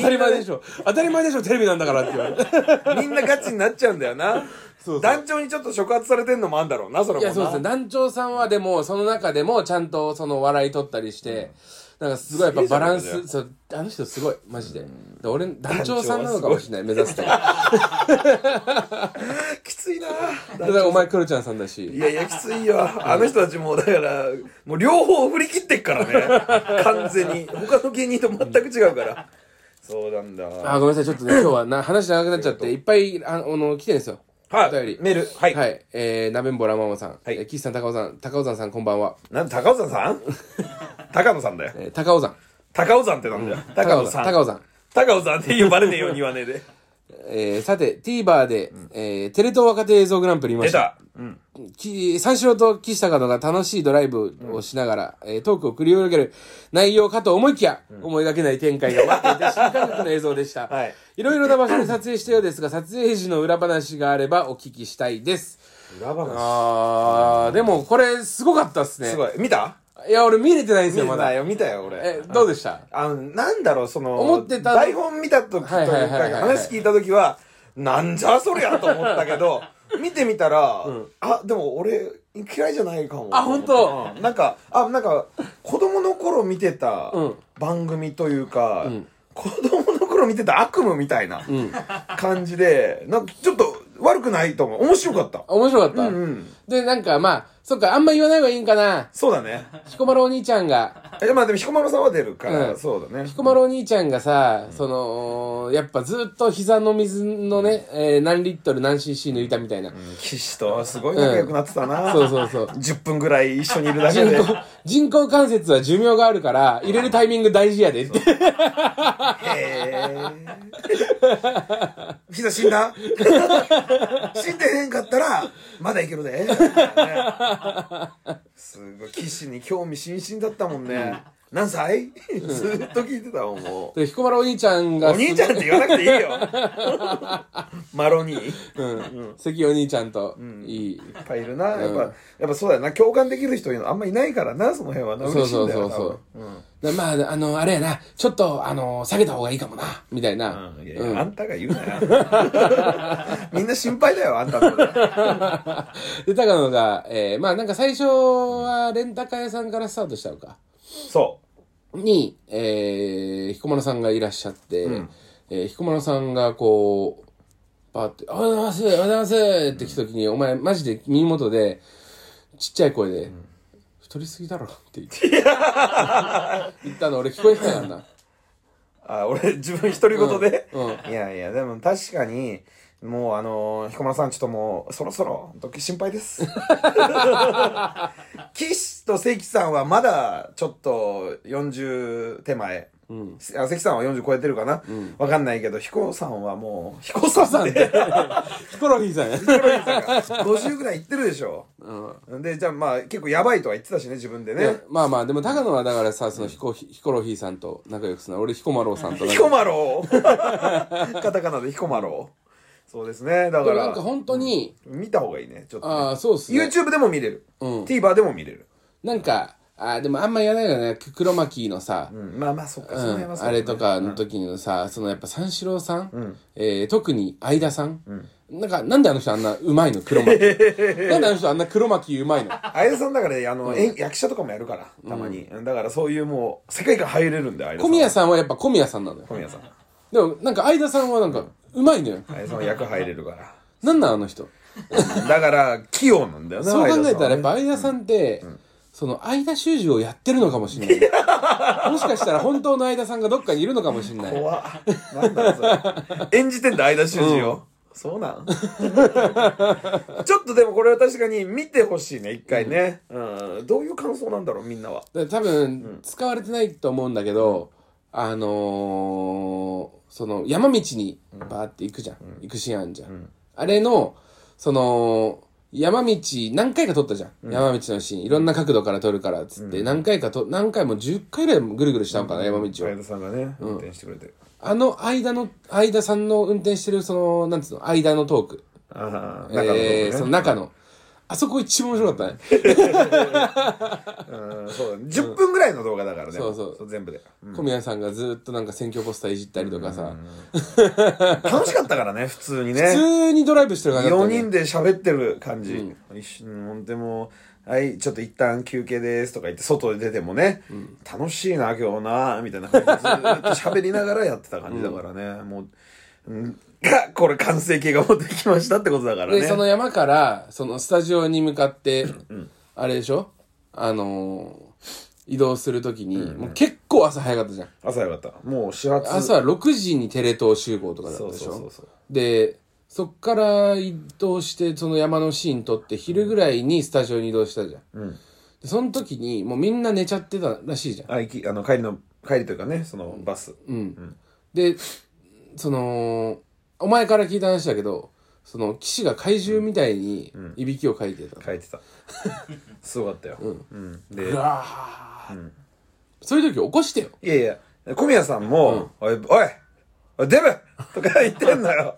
Speaker 2: たり前でしょ。当たり前でしょ、テレビなんだからって言われて。
Speaker 1: みんなガチになっちゃうんだよな
Speaker 2: そうそう
Speaker 1: 団長にちょっと触発されてんのもあんだろうなそれ
Speaker 2: い
Speaker 1: も
Speaker 2: や、そうですね。
Speaker 1: な
Speaker 2: 団長さんはでも、その中でも、ちゃんとその笑い取ったりして、なんかすごいやっぱバラン
Speaker 1: すげえ
Speaker 2: ス、そう、あの人すごい、マジで。で俺、団長さんなのかもしれない、目指すとか。
Speaker 1: きついな
Speaker 2: だからお前、クロちゃんさんだ
Speaker 1: い
Speaker 2: し。
Speaker 1: やいやきついよあの人たちもうだからもう両方振り切ってっからね完全に他の芸人と全く違うからそうなんだ
Speaker 2: あー、ごめんなさい、ち ょっとね、今日はな話長くなっちゃって、いっぱい、ああの、来てるんですよ。
Speaker 1: はい
Speaker 2: お便り。
Speaker 1: メールはい
Speaker 2: はい。えー、なべんぼらまもさん。
Speaker 1: はい
Speaker 2: えー岸さん、高尾さん、高尾山さん、こんばんは。
Speaker 1: なんで高尾山さん高野さんだよ
Speaker 2: えー、高尾山。
Speaker 1: 高尾山ってなんだよ高尾さん
Speaker 2: 高尾山。
Speaker 1: 高尾山って呼ばれねえように言わ ねえで
Speaker 2: えー、さて、TVer で、えー、テレ東若手映像グランプリ見ま
Speaker 1: 出
Speaker 2: した。
Speaker 1: たうん
Speaker 2: き三四郎と岸高野が楽しいドライブをしながら、えートークを繰り広げる内容かと思いきや、思いがけない展開が待っていた新感覚の映像でし た。
Speaker 1: はい
Speaker 2: ろいろな場所で撮影したようですが、撮影時の裏話があればお聞きしたいです。
Speaker 1: 裏話
Speaker 2: あー、でもこれすごかったっすね。
Speaker 1: すごい見た
Speaker 2: い。や、俺見れてないんですよ、ま
Speaker 1: 見た
Speaker 2: だ。
Speaker 1: よ見たよ俺
Speaker 2: え、どうでした
Speaker 1: あの、なんだろう、その、
Speaker 2: 思ってた
Speaker 1: 台本見た時というか、
Speaker 2: はいはいはいはいはい
Speaker 1: 話聞いた時は、なんじゃそりゃと思ったけ ど、見てみたら、あ、でも俺、嫌いじゃないかも。
Speaker 2: あ本当
Speaker 1: うんなんか、あ、なんか、子供の頃見てた
Speaker 2: うん
Speaker 1: 番組というか、
Speaker 2: ん
Speaker 1: 子供の頃見てた悪夢みたいな感じで、なんかちょっと悪くないと思う。面白かった。
Speaker 2: 面白かった、
Speaker 1: うんうん
Speaker 2: で、なんかまあ、そっか、あんま言わない方がいいんかな。
Speaker 1: そうだ ね。
Speaker 2: 彦摩呂お兄ちゃんが、
Speaker 1: え、まあでも彦摩呂さんは出るから、
Speaker 2: うん
Speaker 1: そうだね。
Speaker 2: 彦摩呂お兄ちゃんがさ、その、やっぱずっと膝の水のね、えー何リットル何 cc 抜いたみたいな。
Speaker 1: 岸とすごい仲良くなってたな、
Speaker 2: そうそうそう。
Speaker 1: 10分ぐらい一緒にいるだけ
Speaker 2: 人
Speaker 1: で
Speaker 2: 工、人工関節は寿命があるから、入れるタイミング大事やでって。
Speaker 1: へえ膝死んだ死んでへんかったらまだいける で、すごい岸に興味津々だったもんね何歳ずっと聞いてたもんもう
Speaker 2: で、彦摩呂お兄ちゃんが
Speaker 1: お
Speaker 2: すごい、
Speaker 1: 兄ちゃんって言わなくていい よマロニーいっ
Speaker 2: うん。関お兄ちゃんと、いい。
Speaker 1: ぱいいるなやっぱ、やっぱそうだよな共感できる人いうのあんまいないからなその辺はな
Speaker 2: そ
Speaker 1: 嬉
Speaker 2: う
Speaker 1: しい
Speaker 2: そ
Speaker 1: ん
Speaker 2: う
Speaker 1: だ
Speaker 2: そ
Speaker 1: よ
Speaker 2: うそう
Speaker 1: 多分うん
Speaker 2: でまあ、あの、あれやな、ちょっと、あの、下げた方がいいかもな、みたいな。
Speaker 1: いやいやあんたが言うな よみんな心配だよあんたのこと
Speaker 2: で、高野が、えーまあなんか最初はレンタカー屋さんからスタートしたのか。
Speaker 1: そ
Speaker 2: に、えー、彦摩呂さんがいらっしゃって、えー彦摩呂さんがこう、パーって、おはようございます、おはようございますって来た時に、お前マジで耳元で、ちっちゃい声で、太りすぎだろって 言って。言ったの俺聞こえてたからな。
Speaker 1: うあ俺自分独り言で、
Speaker 2: うん
Speaker 1: いやいやでも確かにもうあのー彦摩呂さんちょっともうそろそろ本当心配です 岸と関さんはまだちょっと40手前、あ関さんは40超えてるかな、わかんないけど彦さんはもう彦さん で
Speaker 2: ヒコロヒーさんや。
Speaker 1: 50ぐらいいってるでしょ、でじゃあまあ結構やばいとは言ってたしね自分でね、
Speaker 2: まあまあ、でも高野はだからさ、そのヒコ,、ヒコロヒーさんと仲良くするの。俺彦摩呂さんと仲
Speaker 1: ヒ
Speaker 2: 良
Speaker 1: コ
Speaker 2: く
Speaker 1: マローカタカナでヒコマローそうですねだ
Speaker 2: で
Speaker 1: か
Speaker 2: もなん
Speaker 1: ら
Speaker 2: か本当に、
Speaker 1: 見た方がいいねちょっとね、
Speaker 2: ああ、そうっすね。
Speaker 1: YouTube でも見れる、
Speaker 2: うん
Speaker 1: TVer でも見れる、
Speaker 2: なんか、あーでもあんま言わないよね。く黒巻のさ、
Speaker 1: うん、まあまあそっか、その辺は
Speaker 2: うん、
Speaker 1: そうだ
Speaker 2: あ
Speaker 1: ね
Speaker 2: れとかの時のさ、そのやっぱ三四郎さん、えー特に相田さん、なんか、なんであの人あんなうまいの黒 巻き。なんであの人あんな黒巻きうまいの
Speaker 1: 綾瀬さんだからねあの、演役者とかもやるからたまに、だからそういうもう世界観入れるんで綾瀬さ
Speaker 2: 小
Speaker 1: ん
Speaker 2: 宮さんはやっぱ小宮さんなのよ。
Speaker 1: 小宮さん
Speaker 2: でも、なんか相田さんはなんか、うまいのよ。
Speaker 1: 綾瀬さんは役入れるから
Speaker 2: なんなんあの人。
Speaker 1: だから器用なんだよね
Speaker 2: そう考えた
Speaker 1: 綾瀬さんは
Speaker 2: らやっ
Speaker 1: ね
Speaker 2: ぱ相田さんって、その相田修二をやってるのかもし れない。もしかしたら本当の相田さんがどっかにいるのかもしれない。
Speaker 1: 怖っなんだろうそれ演じてんだ相田修二を、そうなん ちょっとでもこれは確かに見てほしいね一回ね、うんどういう感想なんだろうみんなは
Speaker 2: だから多分、使われてないと思うんだけど、あのーその山道にバーって行くじゃん。行くシーンあんじゃん。あれの、その、山道何回か撮ったじゃん。山道のシーン。いろんな角度から撮るからっつって、何回かと、何回も10回ぐらいぐるぐるしたのかな、山道を
Speaker 1: 相。田さんがね運転してくれてる、
Speaker 2: あの間の、相田さんの運転してる、その、なんつうの、間のトーク。
Speaker 1: ああ中のとこね、
Speaker 2: えー、その中の。あそこ一番面白かったね。
Speaker 1: うんそうだね10分ぐらいの動画だからね、
Speaker 2: そうそう
Speaker 1: 全部で、うん
Speaker 2: 小宮さんがずっとなんか選挙ポスターいじったりとかさ、
Speaker 1: 楽しかったからね普通にね
Speaker 2: 普通にドライブしてる感じだった
Speaker 1: 4
Speaker 2: よ
Speaker 1: 人
Speaker 2: ね
Speaker 1: で喋ってる感じ、一瞬ほんでもうはいちょっと一旦休憩です」とか言って外で出てもね、楽しいな今日な」みたいな感じでずーっと喋りながらやってた感じだからね、もう、うん、 がこれ完成形がもうできましたってことだからね
Speaker 2: で、その山から、そのスタジオに向かって、あれでしょあのー移動するときに、もう結構朝早かったじゃん。
Speaker 1: 朝よかったもう始発
Speaker 2: 朝6時にテレ東集合とかだった
Speaker 1: そう
Speaker 2: でしょ
Speaker 1: そうそうそう
Speaker 2: でそっから移動してその山のシーン撮って昼ぐらいにスタジオに移動したじゃん、
Speaker 1: ん
Speaker 2: でその時にもうみんな寝ちゃってたらしいじゃん
Speaker 1: あ行きあの帰りの帰りというかねそのバス、
Speaker 2: でそのお前から聞いた話だけどその岸が怪獣みたいにいびきをかいてた、
Speaker 1: 帰って たすごかったよ、うんで
Speaker 2: うわーそういう時起こしてよ
Speaker 1: いやいや、小宮さんも、おい、おい、おいデブとか言ってんの よ。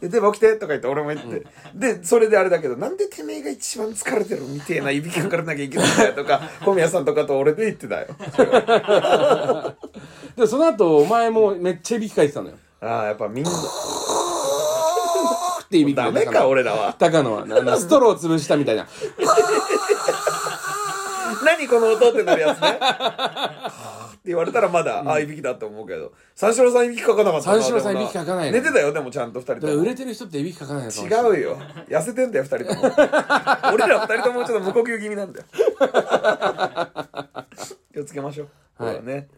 Speaker 1: で、デブ起きてとか言って俺も言って、で、それであれだけど、なんでてめえが一番疲れてるみてえな、いびきかからなきゃいけないんだよとか、 小宮さんとかと俺で言ってたよ。
Speaker 2: でその後お前もめっちゃいびきかいてたのよ
Speaker 1: ああ、やっぱみ んな、
Speaker 2: っていびき
Speaker 1: ダ
Speaker 2: かい
Speaker 1: メ
Speaker 2: てたの
Speaker 1: か、俺らは。
Speaker 2: 高野はなあのストロー潰したみたいな
Speaker 1: 何この音ってなるやつね。は あって言われたらまだ、ああ、いびきだと思うけど、三四郎さんいびきかかなかったな
Speaker 2: 三四郎さん
Speaker 1: でも
Speaker 2: いびきかかないの
Speaker 1: 寝てたよ、でもちゃんと二人
Speaker 2: だ
Speaker 1: と
Speaker 2: から
Speaker 1: も
Speaker 2: 売。れてる人っていびきかかないのかもしれない
Speaker 1: 違うよ。痩せてんだよ、二人とも。 俺ら二人ともちょっと無呼吸気味なんだよ。気をつけましょう。
Speaker 2: はい
Speaker 1: そうだね。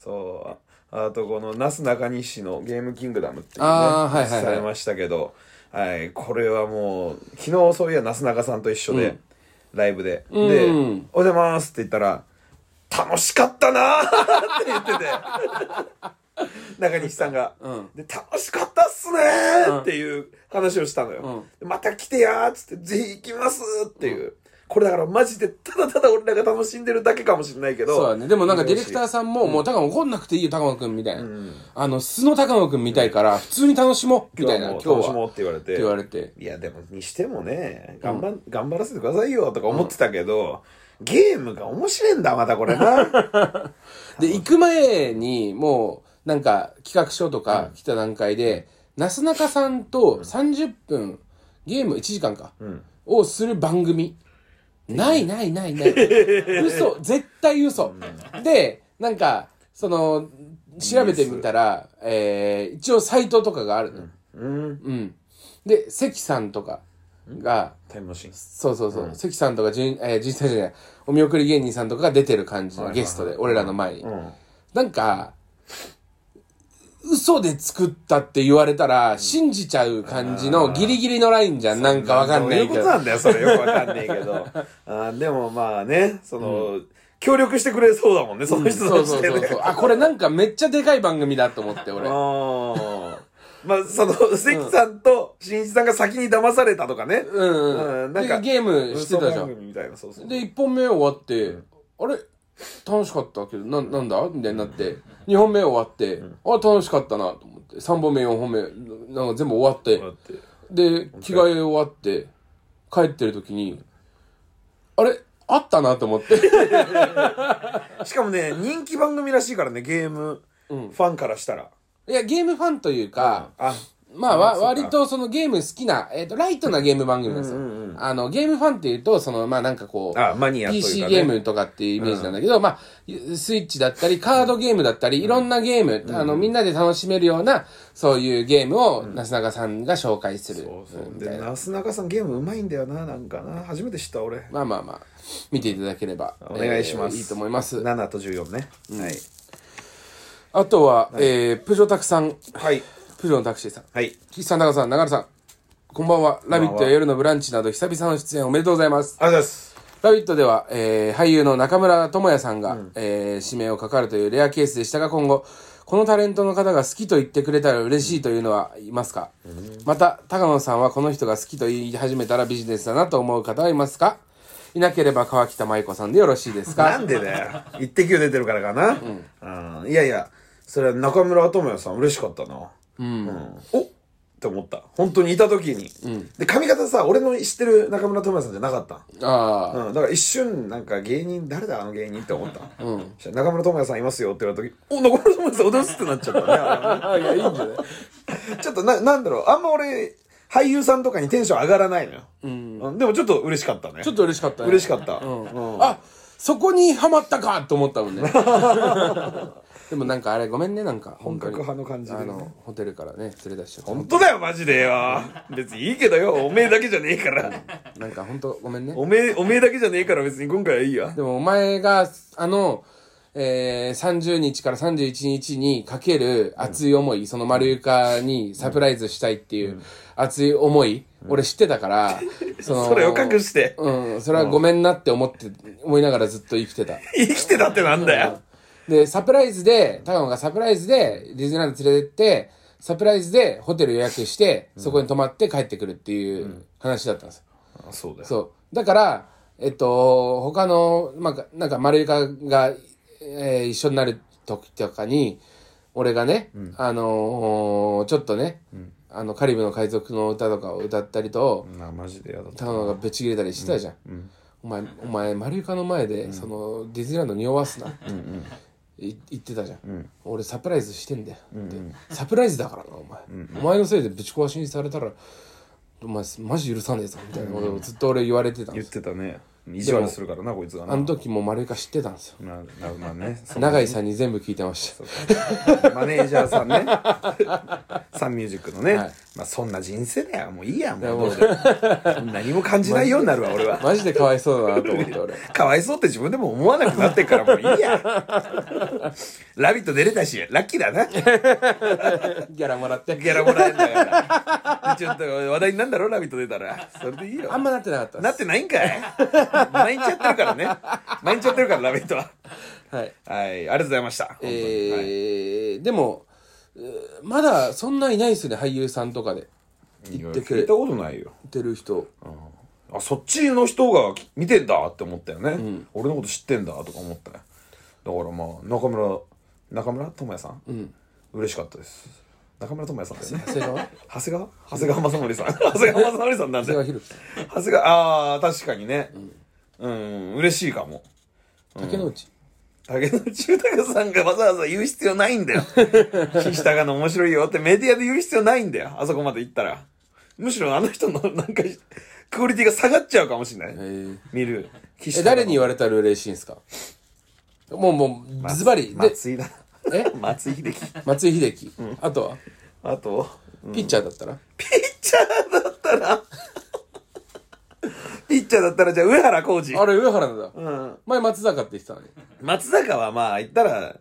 Speaker 1: そう。あと、この、なすなかにしのゲームキングダムっていうね、
Speaker 2: あーはいはいはい
Speaker 1: されましたけど、はい、これはもう、昨日そういや、なすなかさんと一緒で、ライブで。で、おはようございますって言ったら、楽しかったなーって言ってて。中西さんが、で、楽しかったっすねーっていう話をしたのよ。でまた来てやーっつって、ぜひ行きますーっていう。これだからマジでただただ俺らが楽しんでるだけかもしれないけど。
Speaker 2: そうだね。でもなんかディレクターさんも、もう高野怒んなくていいよ、高野くん、みたいな。あの、素の高野くんみたいから、普通に楽しもう、みたいな、今日
Speaker 1: 今日も
Speaker 2: は。
Speaker 1: って言われて。
Speaker 2: って言われて。
Speaker 1: いや、でも、にしてもね、頑張、頑張らせてくださいよとか思ってたけど、ゲームが面白いんだ、またこれ な。
Speaker 2: で、行く前に、もう、なんか、企画書とか来た段階で、なすなかさんと30分、ゲーム1時間か、をする番組。ないないないない。嘘、絶対嘘。で、なんか、その、調べてみたら、えー、一応サイトとかがあるの。
Speaker 1: うん。
Speaker 2: うん。で、関さんとかが、
Speaker 1: タイムマシン。
Speaker 2: そうそうそう、関さんとか、じゅんえー、人生じゃない、お見送り芸人さんとかが出てる感じのゲストで、俺らの前に。
Speaker 1: うん。
Speaker 2: なんか、嘘で作ったって言われたら、信じちゃう感じのギリギリのラインじゃん。なんかわかんない
Speaker 1: ど
Speaker 2: け
Speaker 1: ういう
Speaker 2: ど
Speaker 1: こと。なんだよ、それ。よくわかんないけ ど。あーでもまあね、その、協力してくれそうだもんね、その人
Speaker 2: そ
Speaker 1: た
Speaker 2: うそ
Speaker 1: ち
Speaker 2: う
Speaker 1: で
Speaker 2: そう
Speaker 1: ね
Speaker 2: そう。。あ、これなんかめっちゃでかい番組だと思って、俺。
Speaker 1: あーまあ、その、関さんと新一さんが先に騙されたとかね。
Speaker 2: うん、う。
Speaker 1: うんんなんか
Speaker 2: で、ゲームしてたじゃ
Speaker 1: 嘘番
Speaker 2: ん。
Speaker 1: 組みたいな、そうそう。
Speaker 2: で、1本目終わって、あれ楽しかったけど、な、なんだみたいになって、2本目終わって、あ、楽しかったな、と思って、3本目、4本目、なんか全部終わって
Speaker 1: こうや、って
Speaker 2: で、着替え終わって、帰ってる時に、あれあったなと思 って。
Speaker 1: しかもね、人気番組らしいからね、ゲーム、ファンからしたら。
Speaker 2: いや、ゲームファンというか、
Speaker 1: あ、
Speaker 2: まあ、
Speaker 1: あ
Speaker 2: わ
Speaker 1: そうか
Speaker 2: 割とそのゲーム好きな、えっ、と、ライトなゲーム番組なんですよ。
Speaker 1: うんうんうん
Speaker 2: あの、ゲームファンっていうと、その、まあなんかこう、
Speaker 1: あマニアというか、ね、
Speaker 2: PC ゲームとかっていうイメージなんだけど、まあ、スイッチだったり、カードゲームだったり、いろんなゲーム、あの、みんなで楽しめるような、そういうゲームを、なすなかさんが紹介す
Speaker 1: そ
Speaker 2: る。
Speaker 1: うそ
Speaker 2: うん
Speaker 1: う
Speaker 2: みた
Speaker 1: で
Speaker 2: いな。
Speaker 1: なすなかさんゲームうまいんだよななんかな初めて知った俺
Speaker 2: まあまあまあ、見ていただければ、
Speaker 1: お願いします、
Speaker 2: えーいいと思います。
Speaker 1: 7と14ね、はい
Speaker 2: あとは、えー、プジョタクさん、
Speaker 1: はい
Speaker 2: プジョのタクシーさん、
Speaker 1: はい
Speaker 2: 岸さん、高さん、長野さん、こんばんは。ラビットや夜のブランチなど久々の出演おめでとうございます。
Speaker 1: ありがとうございます
Speaker 2: ラビットでは、えー俳優の中村智也さんが、えー指名をかかるというレアケースでしたが、今後、このタレントの方が好きと言ってくれたら嬉しいというのはいますか、また、高野さんはこの人が好きと言い始めたらビジネスだなと思う方はいますかいなければ川北舞子さんでよろしいです
Speaker 1: な
Speaker 2: か
Speaker 1: んでだよ「イッテ Q!」出てるからかな、うんいやいやそれは中村智也さん嬉しかったなうん、おっって思った本当にいた時に、で髪型さ俺の知ってる中村智也さんじゃなかった
Speaker 2: あ
Speaker 1: うん、だから一瞬なんか芸人誰だあの芸人って思った、そしたら中村智也さんいますよって言われた時「お中村智也さん踊るっす」ってなっちゃったねあれはね
Speaker 2: あ。いや、いいんじゃない
Speaker 1: ちょっとな、なんだろう、あんま俺、俳優さんとかにテンション上がらないのよ。うん。でもちょっと嬉しかったね。
Speaker 2: ちょっと嬉しかったね。
Speaker 1: 嬉しかった。うん
Speaker 2: あそこにハマったかと思ったもんね でもなんかあれごめんねなんか本当に
Speaker 1: 本格派の感じでね
Speaker 2: あのホテルからね連れ出しちゃっ
Speaker 1: 本当だよ、マジでよ。別にいいけどよ、おめえだけじゃねえから。
Speaker 2: たなんか本当ごめんね
Speaker 1: おめえ、おめえだけじゃねえから別に今回はいいや。
Speaker 2: でもお前があの、えー、30日から31日にかける熱い思い、その丸床にサプライズしたいっていう熱い思い、俺知って たから、その
Speaker 1: それを隠して
Speaker 2: うんそれはごめんなって思って、思いながらずっと生きてた
Speaker 1: 生きてたってなんだよ。
Speaker 2: で、サプライズで、高野がサプライズで、ディズニーランド連れてって、サプライズでホテル予約して、そこに泊まって帰ってくるっていう話だったんですよ。
Speaker 1: あそうだよ。
Speaker 2: そう。だから、えっと、他の、まあ、なんか、丸いかが、えー一緒になる時とかに、俺がね、あのーちょっとね、あの、カリブの海賊の歌とかを歌ったりと、
Speaker 1: なあ、マジでやだった。
Speaker 2: 高野がぶち切れたりしてたじゃん、お前お前マリウカの前で、そのディズニーランド匂わすなってい言ってたじゃん、俺サプライズしてんだよって、サプライズだからなお前、お前のせいでぶち壊しにされたらお前マジ許さねえぞみたいなことをずっと俺言われてたんで
Speaker 1: 言っ
Speaker 2: すよ
Speaker 1: てたね。意地悪するからな、こいつがな。
Speaker 2: あの時もマリウカ知ってたんですよ
Speaker 1: まあ、なまあね。その
Speaker 2: 永井さんに全部聞いてました
Speaker 1: マネージャーさん ね。サンミュージックのね。
Speaker 2: はい
Speaker 1: まあ、そんな人生だよ。もういいや、もう。何も感じないようになるわ、俺は。
Speaker 2: マジでかわいそうだなと思って 俺
Speaker 1: かわいそうって自分でも思わなくなってっからもういいや。ラビット出れたし、ラッキーだな。ギ
Speaker 2: ギャラもらって
Speaker 1: ャラもらえるんだから。ちょっと話題になんだろ、ラビット出たら。それでいいよ
Speaker 2: あ。んまなってなかった
Speaker 1: な
Speaker 2: で
Speaker 1: ってないんかい。毎日やってるからね。毎日やってるから、ラビットは。
Speaker 2: すはい
Speaker 1: はい、ありがとうございました。
Speaker 2: え
Speaker 1: 本
Speaker 2: ーでもうーまだそんないないですね俳優さんとかで
Speaker 1: 当にはい
Speaker 2: 言ってくれ
Speaker 1: 聞いたことないよ。
Speaker 2: 言ってる人
Speaker 1: あ、そっちの人が見てんだって思ったよね。俺のこと知ってんだとか思ったよ。だからまあ、中村、中村智也さん、嬉しかったです。中村智也さんだよね。
Speaker 2: 長谷川
Speaker 1: 長谷川長谷川正則さん。 長谷川正則さんなん
Speaker 2: 長谷
Speaker 1: だ
Speaker 2: 川
Speaker 1: よ。
Speaker 2: 博樹さん
Speaker 1: 長谷川、ああ、確かにね。うん、嬉しいかも。
Speaker 2: 竹之内
Speaker 1: 竹野中高さんがわざわざ言う必要ないんだ よ。岸高の面白いよってメディアで言う必要ないんだよ。あそこまで行ったら。むしろあの人のなんか、クオリティが下がっちゃうかもしれない。
Speaker 2: え
Speaker 1: 見る。岸
Speaker 2: え
Speaker 1: 高の
Speaker 2: 誰に言われたら嬉しいんですかもうもうズバリで
Speaker 1: 松井だ。
Speaker 2: え
Speaker 1: 松井秀喜。
Speaker 2: 松井秀喜あとは
Speaker 1: あと、
Speaker 2: ピッチャーだったら
Speaker 1: ピッチャーだったら、ピッチャーだったらじゃあ上原浩二。
Speaker 2: あれ上原なんだ
Speaker 1: うん。
Speaker 2: 前松坂って言ってたのに
Speaker 1: 松坂はまあ言ったら、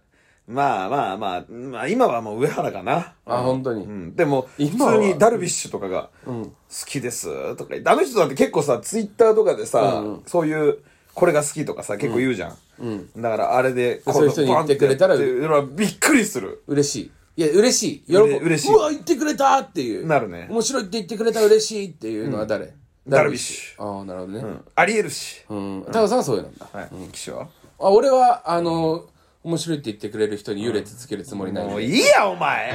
Speaker 1: まあまあまあ、まあ今はもう上原かな。
Speaker 2: あ本当
Speaker 1: う
Speaker 2: に
Speaker 1: ん。でも、普
Speaker 2: 今は
Speaker 1: 通にダルビッシュとかが、好きですとか言って、あの人だって結構さ、ツイッターとかでさ、そういう、これが好きとかさ、結構言うじゃん。だからあれで、
Speaker 2: そういう人に言ってくれたら
Speaker 1: バンってやって俺はびっくりする。
Speaker 2: 嬉しいいや嬉しい喜ぶ
Speaker 1: うれ嬉しいう
Speaker 2: わ言ってくれたっていう
Speaker 1: なるね
Speaker 2: 面白いって言ってくれたら嬉しいっていうのは誰
Speaker 1: ダルビッシ
Speaker 2: ュああなるほどね
Speaker 1: ありえるし。
Speaker 2: うん高田さんはそういうのなんだ
Speaker 1: はい。岸は
Speaker 2: あ俺はあの面白いって言ってくれる人に優劣つけるつもりないんで
Speaker 1: もういいや、お前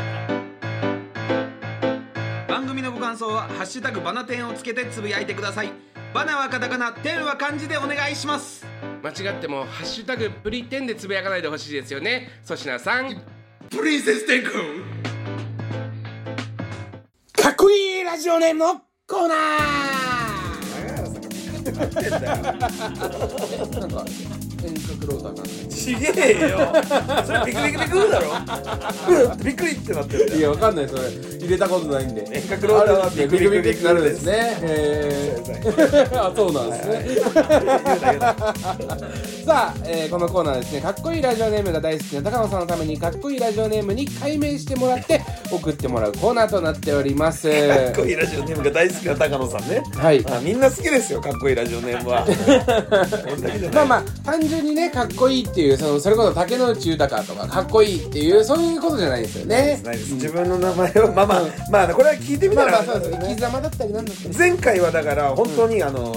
Speaker 1: 番組のご感想は、ハッシュタグバナテンをつけてつぶやいてください。バナはカタカナ、テンは漢字でお願いします。
Speaker 3: 間違っても「ハッシュタグプリテン」でつぶやかないでほしいですよね粗品さん
Speaker 1: プリンセス天空
Speaker 2: かっこいいラジオネームのコーナーなんか遠隔ローター感
Speaker 1: ちげえよそれビクビクビクだろ ビクリってなってる
Speaker 2: いやわかんないそれ入れたことないんで
Speaker 1: 遠隔ローターはビ
Speaker 2: ビ
Speaker 1: クビ
Speaker 2: クビ
Speaker 1: クビ
Speaker 2: クビ
Speaker 1: クビク
Speaker 2: クビク
Speaker 1: な
Speaker 2: な
Speaker 1: るん
Speaker 2: るん
Speaker 1: で
Speaker 2: ですすねえーあそうなんですね さあ、えーこのコーナーはですねかっこいいラジオネームが大好きな高野さんのためにかっこいいラジオネームに改名してもらって送ってもらうコーナーとなっております
Speaker 1: かっこいいラジオネームが大好きな高野さんね
Speaker 2: はい
Speaker 1: あみんな好きですよかっこいいラジオネームは俺だけじゃない
Speaker 2: まあまあ単純にねかっこいいっていうそのそれこそ竹野内豊とかかっこいいっていうそういうことじゃないですよね
Speaker 1: ないです自分の名前をまあまあまあこれは聞いてみ
Speaker 2: ま
Speaker 1: た
Speaker 2: あ
Speaker 1: ら
Speaker 2: まあそうです生き様だったりなんだったり
Speaker 1: 前回はだから本当にあの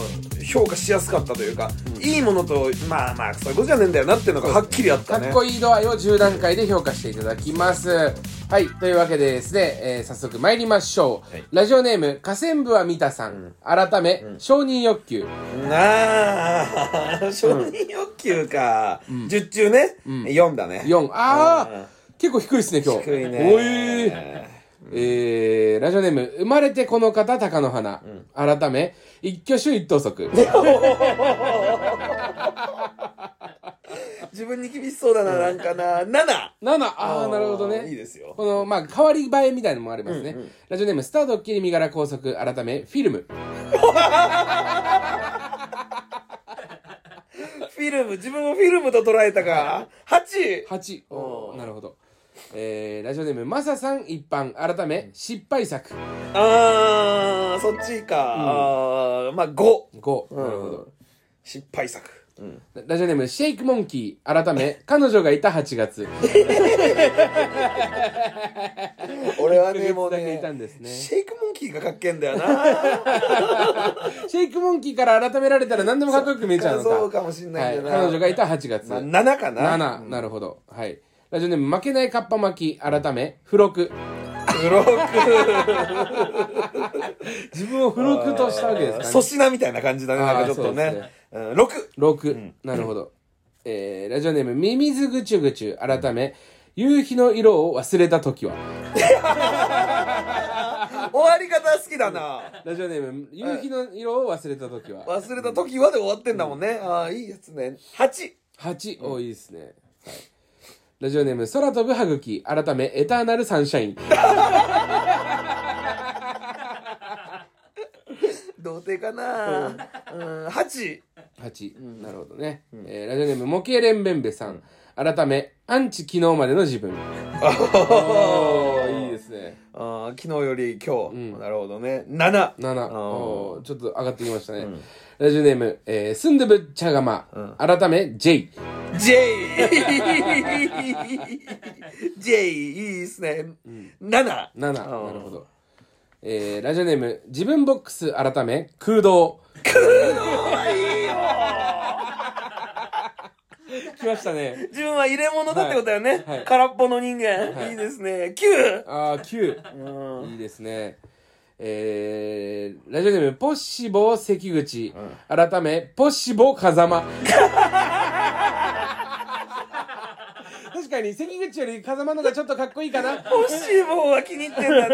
Speaker 1: 評価しやすかったというか、いいものとまあまあそういうことじゃねえんだよなっていうのがはっきりあっ
Speaker 2: か
Speaker 1: たね
Speaker 2: っこいい度合いを10段階で評価していただきますはいというわけでですね、えー早速参りましょう、
Speaker 1: はい
Speaker 2: ラジオネーム河川部は三田さん、改め、承認欲求
Speaker 1: なあ承認欲求か、十10中ね、4だね
Speaker 2: 4ああ、
Speaker 1: うん
Speaker 2: 結構低いですね今日
Speaker 1: 低いね
Speaker 2: おいえー、ラジオネーム、生まれてこの方、高野花。改め、一挙手一投足。
Speaker 1: 自分に厳しそうだななんかな7
Speaker 2: 7! ああ、なるほどね。
Speaker 1: いいですよ
Speaker 2: この、まあ、変わり映えみたいのもありますね。ラジオネーム、スタードッキリ身柄拘束、改め、フィルム。
Speaker 1: フィルム自分をフィルムと捉えたか8
Speaker 2: 8。おーなるほど。えー、ラジオネーム、マサさん一般、改め、失敗作。
Speaker 1: あーそっちか、あーまあ5
Speaker 2: 5。なるほど。
Speaker 1: 失敗作、うん、
Speaker 2: ラジオネーム、シェイクモンキー、改め、彼女がいた8月。
Speaker 1: 俺は
Speaker 2: 1ヶ
Speaker 1: ね
Speaker 2: 月
Speaker 1: もう
Speaker 2: だけ
Speaker 1: ね
Speaker 2: いたんですね
Speaker 1: シェイクモンキーがかっけえんだよな
Speaker 2: シェイクモンキーから改められたら何でもかっこよく 見えちゃうのか。
Speaker 1: そうかもしんないんだよな
Speaker 2: はい、彼女がいた8月。
Speaker 1: な7かな
Speaker 2: 7、なるほど。はい。ラジオネーム、負けないカッパ巻き、改め、付録。
Speaker 1: ブロック
Speaker 2: 自分を付録としたわけですからね
Speaker 1: 粗品みたいな感じだねなんかちょっと
Speaker 2: あーそうで
Speaker 1: ねうん6
Speaker 2: 6、なるほど、えー、ラジオネーム「ミミズぐちゅぐちゅ」改め「夕日の色を忘れた時は
Speaker 1: 終わり方好きだな」
Speaker 2: ラジオネーム「夕日の色を忘れた時は
Speaker 1: 忘れた時はで終わってんだもんね、ああいいやつね8
Speaker 2: 8多いいですね、はい、ラジオネーム「空飛ぶ歯茎」改め「エターナルサンシャイン」
Speaker 1: 童貞かなうん8
Speaker 2: 8、なるほどね、えーラジオネーム「模型連弁べさん」改め「アンチ昨日までの自分」おーいいですね
Speaker 1: あー昨日より今日、なるほどね7
Speaker 2: 7
Speaker 1: お
Speaker 2: おーちょっと上がってきましたね、ラジオネーム、えー、スンドゥブチャガマ、改め J
Speaker 1: J J いいっすね、七7
Speaker 2: 7なるほど、えー、ラジオネーム自分ボックス改め空洞
Speaker 1: いいよ
Speaker 2: 来ましたね
Speaker 1: 自分は入れ物だってことだよね、
Speaker 2: はいはい
Speaker 1: 空っぽの人間、い、いですね 9!
Speaker 2: ああ9いいですねえー、ラジオネームポッシボー関口、改めポッシボー風間 確かに関口より風間のがちょっとかっこいいかな
Speaker 1: ポッシボーは気に入ってんだ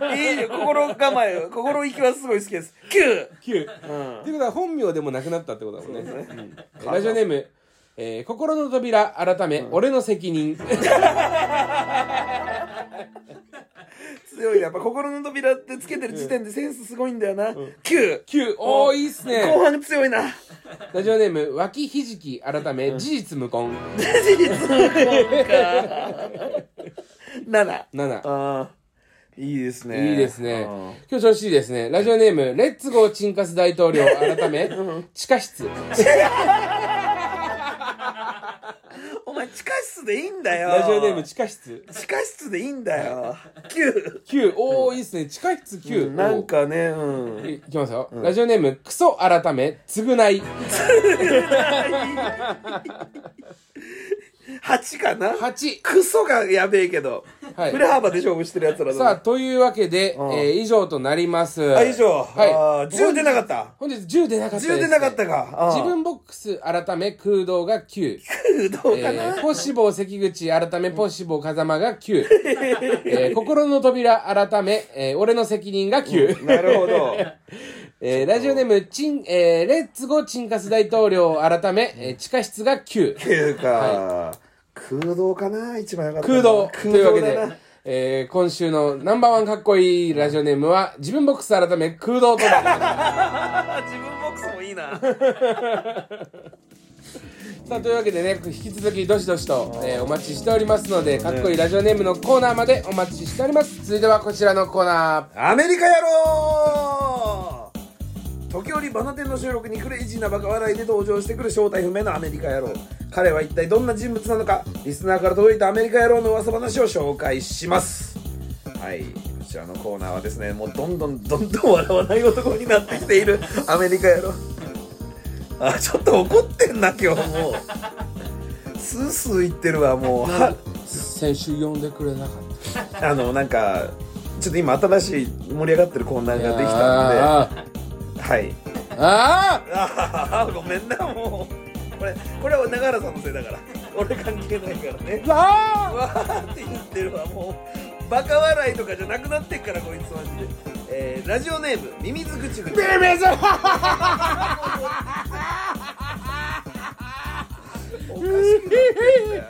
Speaker 1: な。いいよ、心構え、心意気はすごい好きです。9!
Speaker 2: 九。ってことは本名でもなくなったってことだもんね。うんラジオネーム、えー心の扉改め、俺の責 任。
Speaker 1: 強いな。やっぱ心の扉ってつけてる時点でセンスすごいんだよな。9!
Speaker 2: 九。 おーいいっす
Speaker 1: 後
Speaker 2: ね。
Speaker 1: 半強いな。
Speaker 2: ラジオネーム脇ひじき改め、事実無根。
Speaker 1: 事実そうか。7!
Speaker 2: 七。
Speaker 1: あーいいですね。
Speaker 2: いいですね
Speaker 1: あ。
Speaker 2: 今日調子いいですね。ラジオネーム、レッツゴーチンカス大統領改め、地下室。
Speaker 1: ーお前、地下室でいいんだよ。
Speaker 2: ラジオネーム、地下室。
Speaker 1: 地下室でいいんだよ。9!
Speaker 2: 九。おーいいっすね。地下室九。
Speaker 1: なんかね、う
Speaker 2: お
Speaker 1: ん。
Speaker 2: ー。いきますよ。ラジオネーム、クソ改め、償い。
Speaker 1: 8かな
Speaker 2: 八。
Speaker 1: クソがやべえけど。
Speaker 2: はい
Speaker 1: 振れ幅で勝負してるやつら
Speaker 2: さあ、
Speaker 1: だ
Speaker 2: というわけで、
Speaker 1: うん
Speaker 2: えー以上となります。
Speaker 1: あ以上
Speaker 2: はい
Speaker 1: あー10出なかった
Speaker 2: 本日10出なかったで
Speaker 1: 10
Speaker 2: す、
Speaker 1: 出なかったかあー
Speaker 2: 自分ボックス改め空洞が9。
Speaker 1: ど うか
Speaker 2: え
Speaker 1: な
Speaker 2: ーポシボー関口改めポシボー風間が9、えー心の扉改め、えー俺の責任が9、
Speaker 1: なるほど
Speaker 2: えーラジオネームチン、えーレッツゴーチンカス大統領改め、えー地下室が9
Speaker 1: っていうか、空洞かな一番よかったな
Speaker 2: 空洞
Speaker 1: 空
Speaker 2: というわ
Speaker 1: 洞
Speaker 2: け
Speaker 1: だ
Speaker 2: で
Speaker 1: な、
Speaker 2: えー今週のナンバーワンかっこいいラジオネームは自分ボックス改め空洞となります
Speaker 1: あ自分ボックスもいいな
Speaker 2: さあというわけでね引き続きどしどしと、えーお待ちしておりますのでかっこいいラジオネームのコーナーまでお待ちしております続いてはこちらのコーナ
Speaker 1: アメリカ野郎時折バナテンの収録にクレイジーなバカ笑いで登場してくる正体不明のアメリカ野郎彼は一体どんな人物なのかリスナーから届いたアメリカ野郎の噂話を紹介しますはいこちらのコーナーはですねもうどんどんどんどん笑わない男になってきているアメリカ野郎あちょっと怒ってんな今日もうスースー言ってるわもうは
Speaker 2: ー先週呼んでくれなかっ た
Speaker 1: あのなんかちょっと今新しい盛り上がってるコーナーができた
Speaker 2: あ
Speaker 1: んではい
Speaker 2: ーあ
Speaker 1: ああごめんなもうこれこれは永原さんのせいだから俺関係ないからね
Speaker 2: ーあ
Speaker 1: わーって言ってるわもうバカ笑いとかじゃなくなってっからこいつマジで、えー、ラジオネームミミズグチグチ
Speaker 2: ーめめず
Speaker 1: おかしくなってんだよ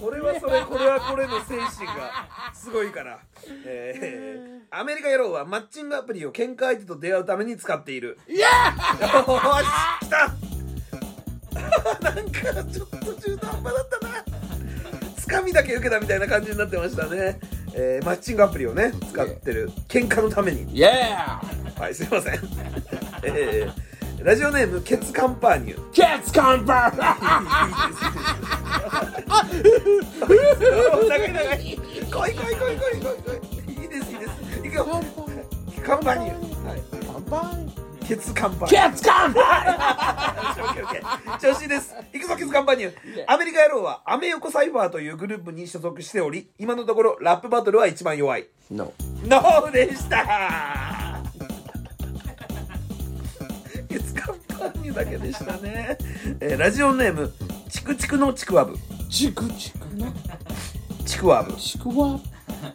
Speaker 1: それはそれこれはこれの精神がすごいから、えー、アメリカ野郎はマッチングアプリを喧嘩相手と出会うために使っているいやよーし来た なんかちょっと中途半端だったなつかみだけ受けたみたいな感じになってましたね、えー、マッチングアプリをね使ってる喧嘩のために
Speaker 2: イエー
Speaker 1: はいすいませんえー、ラジオネームケツカンパーニュ
Speaker 2: キャッツカンパー
Speaker 1: お腹長い。来い来い来い来い来い来い。いいですいいです。行くよ。カンパニュ。はい。
Speaker 2: カンパ
Speaker 1: ケツカンパニ
Speaker 2: キ
Speaker 1: ュ。
Speaker 2: ャッツカンパ
Speaker 1: オッケーオッケー調子いいです。行くぞケツカンパニュ。アメリカ野郎はアメ横サイファーというグループに所属しており、今のところラップバトルは一番弱い。
Speaker 2: ーの
Speaker 1: ノーでした。ケツカンパニュだけでしたね。えーラジオネームチクチクのちくわぶ。
Speaker 2: チクチクな
Speaker 1: ちくわぶ。
Speaker 2: ちくわ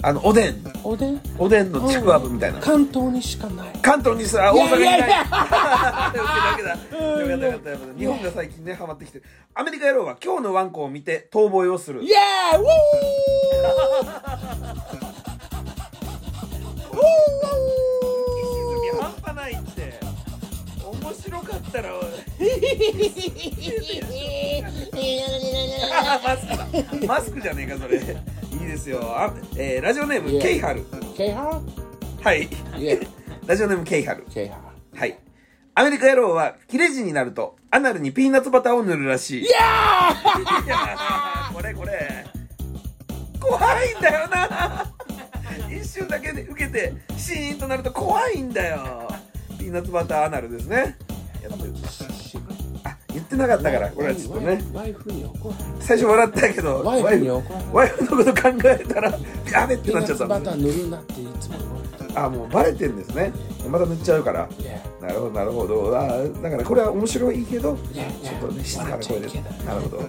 Speaker 1: あのおでん。
Speaker 2: おでん
Speaker 1: おでんのちくわぶみたいな。
Speaker 2: 関東にしかない
Speaker 1: 関東にさ大阪に
Speaker 2: い
Speaker 1: い
Speaker 2: やいや
Speaker 1: ないい
Speaker 2: や
Speaker 1: あー受けた受けたよかったよかったよかった日本が最近ねハマってきてるアメリカ野郎は今日のワンコを見て遠吠えをする
Speaker 2: イエーウォー
Speaker 1: 沈み半端ないって面白かったらおい あマスクだマスクじゃねえかそれいいですよあ、えーラジオネーム
Speaker 2: いや
Speaker 1: ケイハル
Speaker 2: ケイハ
Speaker 1: はい
Speaker 2: ーイエー
Speaker 1: ラジオネームケイハル
Speaker 2: ケイハー
Speaker 1: はいアメリカ野郎は切れ字になるとアナルにピーナッツバターを塗るらしいいやー これこれ怖いんだよな一瞬だけで受けてシーンとなると怖いんだよピーナッツバターアナルですねやっぱりあ言ってなかったからこれはちょっとね
Speaker 2: ワイフに怒られる
Speaker 1: 最初笑ったけど
Speaker 2: ワイフに怒られる
Speaker 1: ワイフのこと考えたらやべって
Speaker 2: ピ
Speaker 1: な
Speaker 2: ー
Speaker 1: っ
Speaker 2: ナ
Speaker 1: ちゃった
Speaker 2: ッツ
Speaker 1: んだ
Speaker 2: バター塗るなっていつも言われてる
Speaker 1: あもうバレてんですねまた塗っちゃうから
Speaker 2: いや
Speaker 1: なるほどなるほどあーだからこれは面白いけど
Speaker 2: いやい
Speaker 1: ち
Speaker 2: や
Speaker 1: ょっとね静かな
Speaker 2: 笑っちゃ
Speaker 1: 声
Speaker 2: い
Speaker 1: で
Speaker 2: けない
Speaker 1: なるほど、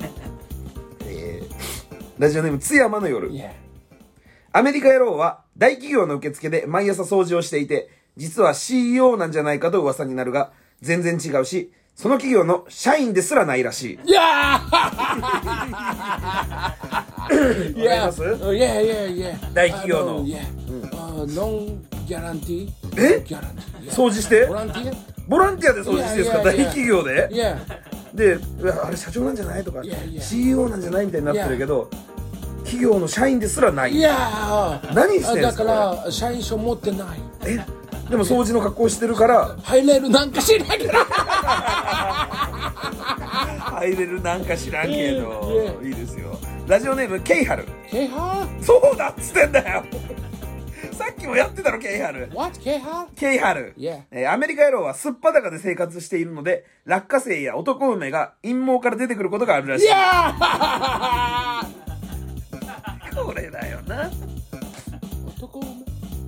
Speaker 1: えーラジオネーム津山の夜
Speaker 2: いや
Speaker 1: アメリカ野郎は大企業の受付で毎朝掃除をしていて実は CEO なんじゃないかと噂になるが全然違うしその企業の社員ですらないらしい
Speaker 2: いや
Speaker 1: わかり
Speaker 2: ーいや
Speaker 1: ます
Speaker 2: ーいやいやいや
Speaker 1: 大企業の
Speaker 2: あいやあノンギャランティー
Speaker 1: え
Speaker 2: ギャランティーいや
Speaker 1: 掃除して
Speaker 2: ボランティ
Speaker 1: ボランティアで掃除してるんですか
Speaker 2: いや
Speaker 1: 大
Speaker 2: いやいや
Speaker 1: 企業
Speaker 2: ーい
Speaker 1: で
Speaker 2: や
Speaker 1: でうわあれ社長なんじゃないとか
Speaker 2: いやいや
Speaker 1: CEO なんじゃないみたいになってるけど企業の社員ですらない
Speaker 2: いやー
Speaker 1: 何してんすか
Speaker 2: あだから社員証持ってない
Speaker 1: えでも掃除の格好してるから
Speaker 2: 入れるなんかしないから
Speaker 1: 入れるなんか知らんけど
Speaker 2: う
Speaker 1: いいですよラジオネームケイハル
Speaker 2: ケイハ
Speaker 1: そうだっつってんだよさっきもやってたろケイハル
Speaker 2: ー What ケイハ
Speaker 1: ケイハル、
Speaker 2: Yeah
Speaker 1: えーアメリカ野郎はすっぱだかで生活しているので落花生や男梅が陰謀から出てくることがあるら
Speaker 2: ー
Speaker 1: し
Speaker 2: い
Speaker 1: い
Speaker 2: やー
Speaker 1: ここれだよな
Speaker 2: 男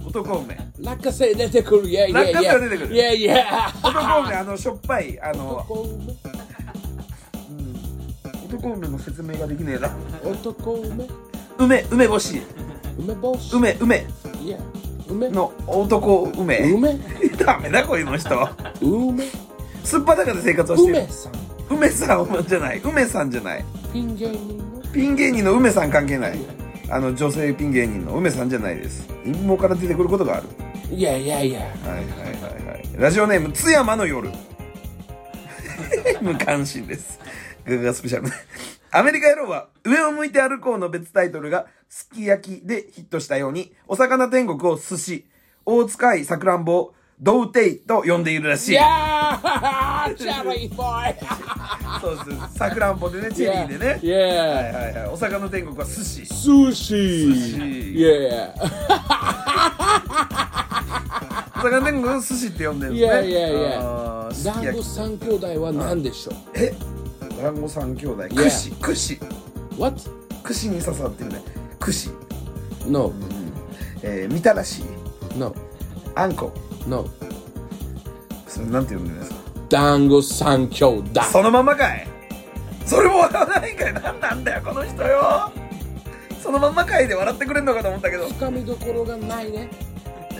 Speaker 1: 男梅
Speaker 2: 落花生出てくるイェイイェイ
Speaker 1: 落
Speaker 2: イ
Speaker 1: 花生出て
Speaker 2: ェ
Speaker 1: く
Speaker 2: イ
Speaker 1: る
Speaker 2: イェイイェイ
Speaker 1: 男梅あのしょっぱいあの
Speaker 2: 男梅
Speaker 1: 男梅の説明ができねえな
Speaker 2: 男梅
Speaker 1: 梅梅干し
Speaker 2: 梅帽子
Speaker 1: 梅梅
Speaker 2: いや梅
Speaker 1: の男梅
Speaker 2: 梅
Speaker 1: ダメだこういうの人
Speaker 2: 梅
Speaker 1: すっぱだかで生活をしてる
Speaker 2: 梅さん
Speaker 1: 梅さんじゃない梅さんじゃない
Speaker 2: ピン芸人の
Speaker 1: ピン芸人の梅さん関係ないあの女性ピン芸人の梅さんじゃないです陰謀から出てくることがある
Speaker 2: いやいやいや
Speaker 1: はいはいはいはいラジオネーム津山の夜 無関心ですガガガスペシャルアメリカ野郎は上を向いて歩こうの別タイトルがすき焼きでヒットしたようにお魚天国を寿司大塚いさくらんぼをドウテイと呼んでいるらし
Speaker 2: い
Speaker 1: い
Speaker 2: や ーチャラいボーイ
Speaker 1: そうですさくらんぼでねチェリーでね
Speaker 2: いや
Speaker 1: はいはいはいお魚天国は寿司
Speaker 2: 寿
Speaker 1: 寿
Speaker 2: 司
Speaker 1: 司
Speaker 2: いやいや
Speaker 1: お魚天国の寿司って呼んでるんですね
Speaker 2: いやいやいや
Speaker 1: あーす
Speaker 2: 団
Speaker 1: き焼
Speaker 2: 子
Speaker 1: き
Speaker 2: 三兄弟は何でしょう
Speaker 1: え団子三兄弟
Speaker 2: や
Speaker 1: 串串
Speaker 2: What?
Speaker 1: 串に刺さってるね串
Speaker 2: No,
Speaker 1: えーみたらし
Speaker 2: no,
Speaker 1: あんこ
Speaker 2: no
Speaker 1: それなんて呼んでるんですか
Speaker 2: 団子三兄弟
Speaker 1: そのままかいそれも笑わないんかい何なんだよこの人よそのまんまかいで笑ってくれんのかと思ったけど
Speaker 2: つかみどころがないね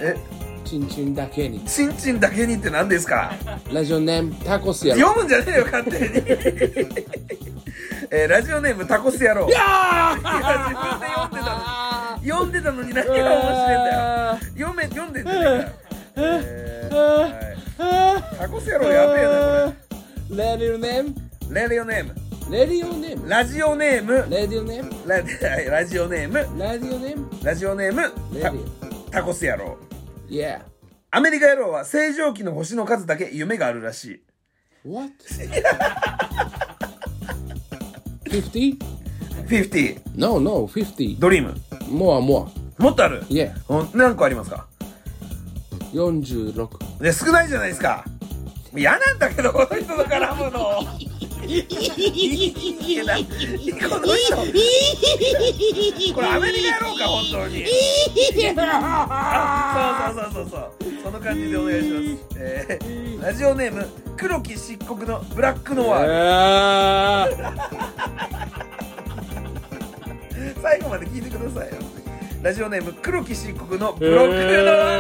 Speaker 1: え
Speaker 2: チンチンだけに
Speaker 1: ちんちんだけにって何ですか
Speaker 2: ラジオネームタコスやろ
Speaker 1: 読むんじゃねえよ勝 手にえーラジオネームタコス野郎いや自分で読んでたのに
Speaker 2: あ
Speaker 1: 読んでたのに何が面白い
Speaker 2: あ
Speaker 1: んだよ読め読んでんじゃねえかよ、えーはい、タコス野郎やべえなこ
Speaker 2: レディオネーム
Speaker 1: れレディオネーム
Speaker 2: レディオネーム
Speaker 1: ラジオネーム
Speaker 2: レディオネーム
Speaker 1: ララジオネーム
Speaker 2: レディオネーム
Speaker 1: ラジオネーム
Speaker 2: レデ
Speaker 1: タ
Speaker 2: ィ
Speaker 1: タコス野郎
Speaker 2: オ Yeah
Speaker 1: アメリカ野郎は正常期の星の数だけ夢があるらしい
Speaker 2: What? 50?
Speaker 1: 50
Speaker 2: No, no, 50.
Speaker 1: ドリーム
Speaker 2: More, more.
Speaker 1: もっとある
Speaker 2: Yeah.
Speaker 1: ほん何個ありますか
Speaker 2: 46.
Speaker 1: ね少ないじゃないですか嫌なんだけどこの人と絡むの いいなこの人これアメリカやろうか本当にあそうそうそうそうそうその感じでお願いします、えー、ラジオネーム黒き漆黒のブラックノワール
Speaker 2: あ
Speaker 1: 最後まで聞いてくださいよラジオネーム黒き漆黒のブロックノワ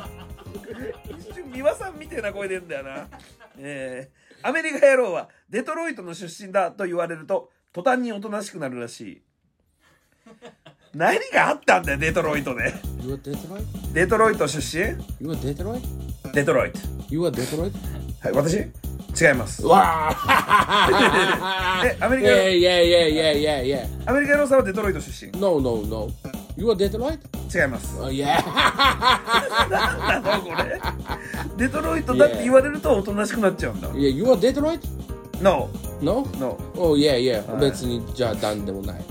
Speaker 1: ール一瞬美輪さんみたいな声出るんだよな、えー、アメリカ野郎はデトロイトの出身だと言われると途端におとなしくなるらしい何があったんだよデトロイトで
Speaker 2: You are Detroit?
Speaker 1: デトロイト出身
Speaker 2: You are Detroit?
Speaker 1: デトロイト
Speaker 2: You are Detroit?
Speaker 1: はい私違います
Speaker 2: わあ
Speaker 1: えアメリカ
Speaker 2: Yeah, yeah, yeah, yeah, yeah, yeah.
Speaker 1: アメリカ野郎さんはデトロイト出身
Speaker 2: No, no, no. You are Detroit?
Speaker 1: 違います
Speaker 2: Oh, yeah.
Speaker 1: なんだこれデトロイトだって言われるとおとなしくなっちゃうんだ
Speaker 2: Yeah, you are Detroit?
Speaker 1: No
Speaker 2: No?
Speaker 1: No
Speaker 2: Oh, yeah, yeah.
Speaker 1: はい
Speaker 2: 別にじゃあ何でもない。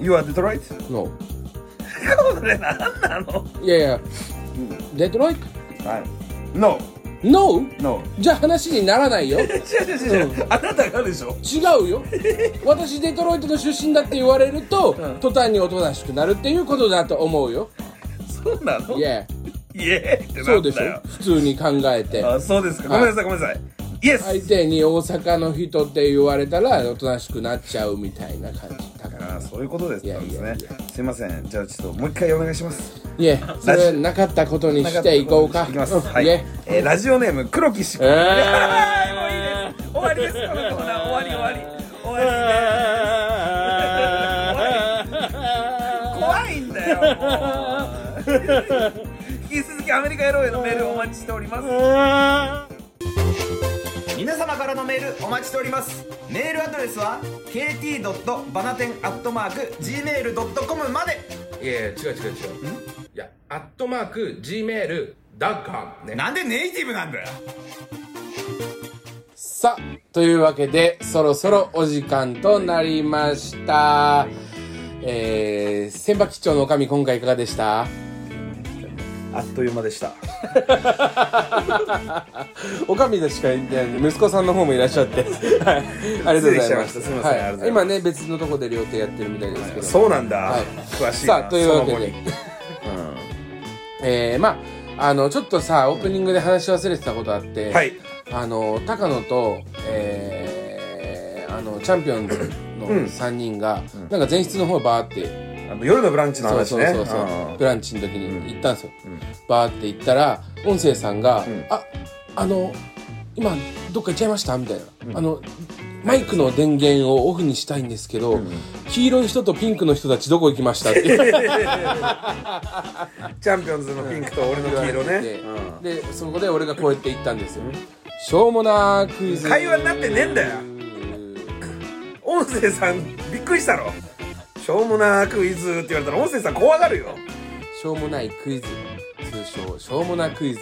Speaker 1: You are Detroit?
Speaker 2: No.
Speaker 1: これ何なの
Speaker 2: Yeah, yeah. Detroit?
Speaker 1: はい No
Speaker 2: No?
Speaker 1: No
Speaker 2: じゃあ話にならないよ。
Speaker 1: 違う違う違う違うあなたがでしょ
Speaker 2: 違うよ私デトロイトの出身だって言われると、途端におとなしくなるっていうことだと思うよ
Speaker 1: そうなの
Speaker 2: いや
Speaker 1: イエーって
Speaker 2: そ
Speaker 1: な
Speaker 2: うんでし
Speaker 1: だ
Speaker 2: ょ
Speaker 1: よ
Speaker 2: 普通に考えて
Speaker 1: あそうですかごめんなさいごめんなさいイエス、
Speaker 2: 相手に大阪の人って言われたらおとなしくなっちゃうみたいな感じだか
Speaker 1: あ
Speaker 2: ら
Speaker 1: ーそういうことです
Speaker 2: いや
Speaker 1: なんですね
Speaker 2: いや
Speaker 1: すいませんじゃあちょっともう一回お願いします
Speaker 2: いやそれはなかったことにしていこうか
Speaker 1: いきます、
Speaker 2: ん
Speaker 1: はい、
Speaker 2: ね
Speaker 1: えーラジオネーム黒木氏
Speaker 2: えー
Speaker 1: はいもういいです終わりですこのコーナー終わり終わり終わりです怖いんだよもう引き続きアメリカ野郎へのメールをお待ちしております
Speaker 4: 皆様からのメールお待ちしておりますメールアドレスは kt. バナテンアットマーク gmail.com まで
Speaker 2: いやいや違う違う違ういやアットマーク Gmail.com ね
Speaker 4: なんでネイティブなんだよ
Speaker 2: さあというわけでそろそろお時間となりました、えー、千葉吉兆のおかみ今回いかがでした
Speaker 1: あっという間でした
Speaker 2: おかみでしかいない息子さんの方もいらっしゃって、はい、ありがとう
Speaker 1: 失礼
Speaker 2: ございま
Speaker 1: しちゃいました
Speaker 2: す
Speaker 1: すいませんありがとうございます
Speaker 2: 今ね別のとこで料亭やってるみたいですけど、
Speaker 1: そうなんだ、
Speaker 2: はい
Speaker 1: 詳しいな
Speaker 2: さあというわけで、
Speaker 1: その後に
Speaker 2: えー、まああのちょっとさオープニングで話し忘れてたことあって、
Speaker 1: うん、はい
Speaker 2: あの高野と、えー、あのチャンピオンズの
Speaker 1: うん
Speaker 2: 3人が、なんか前室の方バーって、
Speaker 1: あの夜のブランチの
Speaker 2: そ
Speaker 1: 話
Speaker 2: うそう
Speaker 1: ね
Speaker 2: そうそう、ブランチの時に行ったんですよ、
Speaker 1: ん
Speaker 2: バーって行ったら音声さんが「
Speaker 1: ん
Speaker 2: ああの今どっか行っちゃいました?」みたいな、あのマイクの電源をオフにしたいんですけど、黄色い人とピンクの人たちどこ行きました?」って 言われて
Speaker 1: うんチャンピオンズのピンクと俺の黄色ね、うん
Speaker 2: でそこで俺がこうやって行ったんですよ、しょうもなークイズ
Speaker 1: 会話になってねえんだよ音声さんびっくりしたろしょうもなクイズって言われたら音声さん怖がるよ
Speaker 2: しょうもないクイズ通称しょうもなクイズ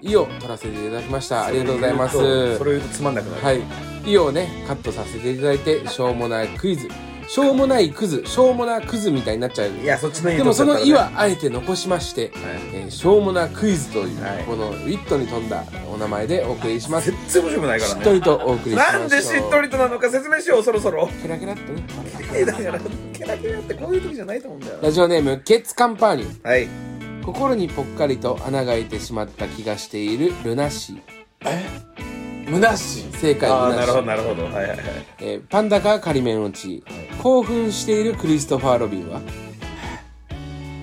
Speaker 2: 意を取らせていただきましたありがとうございます
Speaker 1: それを言うとつまんなくなる、
Speaker 2: はい意をねカットさせていただいてしょうもないクイズしょうもないクズしょうもなクズみたいになっちゃう
Speaker 1: いやそっちの意
Speaker 2: でもその意はあえて残しまして、えーしょうもなクイズという、
Speaker 1: はい
Speaker 2: このウィットに富んだお名前でお送りしますし
Speaker 1: 絶対面白くないから
Speaker 2: っ
Speaker 1: ね
Speaker 2: とりとお送りしましょう
Speaker 1: なんでしっとりとなのか説明しようそろそろ
Speaker 2: ケラケラっとね
Speaker 1: えだからケラケラってこういう時じゃないと思うんだよ
Speaker 2: ラジオネームケツカンパーニュ
Speaker 1: はい
Speaker 2: 心にぽっかりと穴が開いてしまった気がしているルナシー
Speaker 1: むなしい
Speaker 2: 正解
Speaker 1: ああ
Speaker 2: ルナ
Speaker 1: な
Speaker 2: シ
Speaker 1: るほど
Speaker 2: ー、
Speaker 1: なるほどはいはいはい
Speaker 2: えーパンダが仮面落ち、興奮しているクリストファー・ロビンは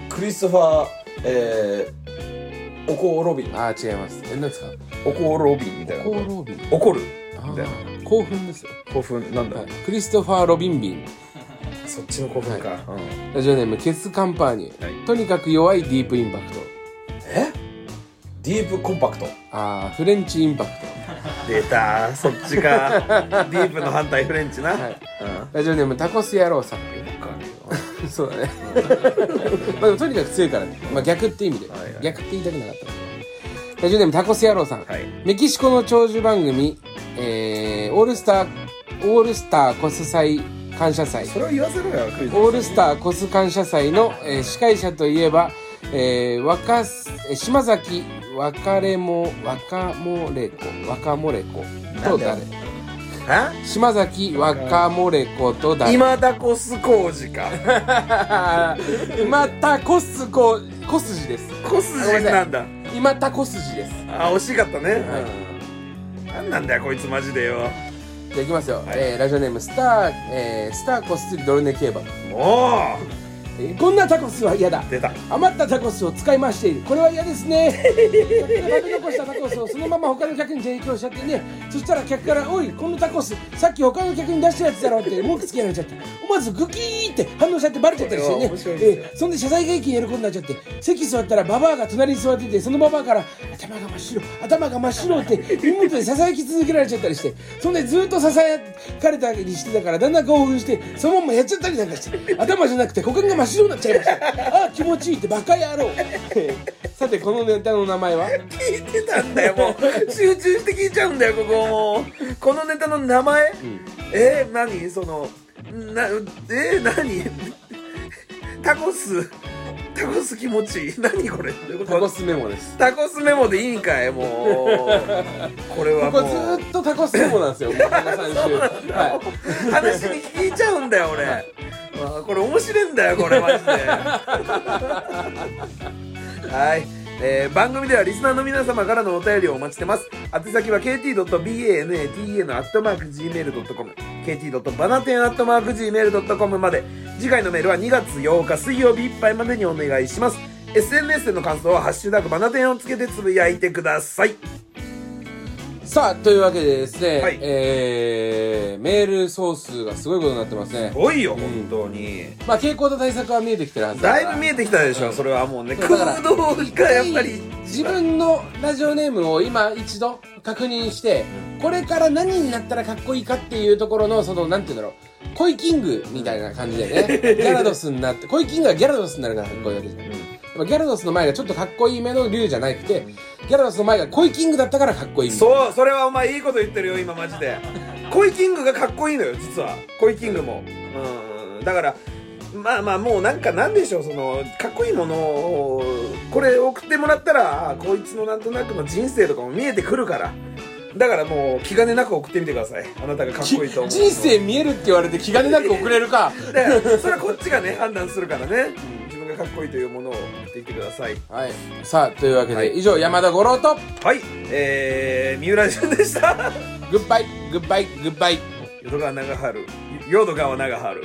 Speaker 5: クリストファー、えー、おこおロビン。
Speaker 2: ああ違いますえ何ですか
Speaker 1: おこロビンみたいな
Speaker 2: コーロビン
Speaker 1: 怒る
Speaker 2: あ
Speaker 1: みたいな
Speaker 2: ー興奮ですよ、
Speaker 1: 興奮なんだ、
Speaker 2: はい、クリストファー・ロビンビン
Speaker 1: そっちの興奮か、うん
Speaker 2: ラジオネームケツカンパーニュ、
Speaker 1: はい
Speaker 2: とにかく弱いディープインパクト
Speaker 5: ディープコンパクト。
Speaker 2: ああフレンチインパクト
Speaker 1: 出たそっち かディープの反対フレンチな、
Speaker 2: はい
Speaker 1: うん
Speaker 2: ラジオネームタコス野郎さん そ うだねまあでもとにかく強いから、ねまあ、逆って意味で、
Speaker 1: はいはい
Speaker 2: 逆って言いたくなかったラジオネームタコス野郎さん、
Speaker 1: はい
Speaker 2: メキシコの長寿番組、えーオールスター、オールスターコス祭感謝祭。
Speaker 1: それを言わせろよクイズ
Speaker 2: オールスターコス感謝祭の、えー司会者といえば、えー、若す、えー島崎若れも、若もれこ、若もれこ
Speaker 1: な
Speaker 2: と
Speaker 1: ん
Speaker 2: 誰
Speaker 1: は
Speaker 2: 島崎若もれこと 誰
Speaker 1: 今田コス工事 か
Speaker 2: またコスコ、コスジです。
Speaker 1: コス人なんだ
Speaker 2: 今たコスジです。
Speaker 1: あ惜しかったね、
Speaker 2: はい
Speaker 1: うん、なんなんだよこいつマジでよ
Speaker 2: じゃあいきますよ。えーラジオネームスター、えースターコスドルネ競馬。
Speaker 1: も
Speaker 2: えーこんなタコスは嫌だ
Speaker 1: う出た
Speaker 2: 余ったタコスを使い回しているこれは嫌ですね食べ残したタコスをそのまま他の客に提供しちゃってねそしたら客から「おいこのタコスさっき他の客に出したやつだろ」って文句つけられちゃって思わずグキーって反応しちゃってバレちゃったりしてね
Speaker 1: これは面白いですね
Speaker 2: えーそんで謝罪会見やることになっちゃって席座ったらババアが隣に座っててそのババアから「頭が真っ白頭が真っ白」って耳元でささやき続けられちゃったりしてそんでずっとささやかれたりしてたからだんだん興奮してそのまんまやっちゃったりなんかして頭じゃなくて股間が真っ白になっちゃいましたああ気持ちいいってバカ野郎 さてこのネタの名前は
Speaker 1: 聞いてたんだよも う集中して聞いちゃうんだよここもうこのネタの名前、えー、何そのなえー、何 タコスタコス気持ちいい何これどういうこと
Speaker 2: タコスメモです
Speaker 1: タコスメモでいいんかいもうこれは
Speaker 2: こ
Speaker 1: も
Speaker 2: こ
Speaker 1: う
Speaker 2: ずーっとタコスメモなんですよもうこの3週はい
Speaker 1: 話に聞いちゃうんだよ俺、あーこれ面白いんだよこれマジではい、えー番組ではリスナーの皆様からのお便りをお待ちしてます宛先は kt.banata のアットマーク gmail.com kt.banaten アットマーク gmail.com まで次回のメールは2月8日水曜日いっぱいまでにお願いします SNS での感想は「ハッシュタグバナテン」をつけてつぶやいてください
Speaker 2: さあというわけでですね、
Speaker 1: はい
Speaker 2: えー、メール総数がすごいことになってますね
Speaker 1: すごいよ本当に、
Speaker 2: まあ傾向と対策は見えてきてるはず
Speaker 1: だいぶ見
Speaker 2: え
Speaker 1: えてきたでしょそれはもうね
Speaker 2: だ
Speaker 1: 空
Speaker 2: から
Speaker 1: 洞がやっぱり
Speaker 2: 自分のラジオネームを今一度確認してこれから何になったらかっこいいかっていうところのそのなんて言うんだろう恋キングみたいな感じで ねギャラドスになって恋キングはギャラドスになるからかっこいいわけじゃんやっぱギャラドスの前がちょっとかっこいい目の竜じゃなくてギャラドスの前が恋キングだったからかっこいいみたいな
Speaker 1: そうそれはお前いいこと言ってるよ今マジで恋キングがかっこいいのよ実は恋キングもうんだからまあまあもうなんかなんでしょうそのかっこいいものをこれ送ってもらったらあーこいつのなんとなくの人生とかも見えてくるからだからもう気兼ねなく送ってみてくださいあなたがかっこいいと思う
Speaker 2: 人生見えるって言われて気兼ねなく送れるか
Speaker 1: だからそれはこっちがね判断するからね、自分がかっこいいというものを送ってきてください
Speaker 2: はいさあというわけで、以上山田五郎と
Speaker 1: はいえー、三浦淳でした
Speaker 2: グッバイグッバイグッバイ
Speaker 1: 淀川長春淀川長春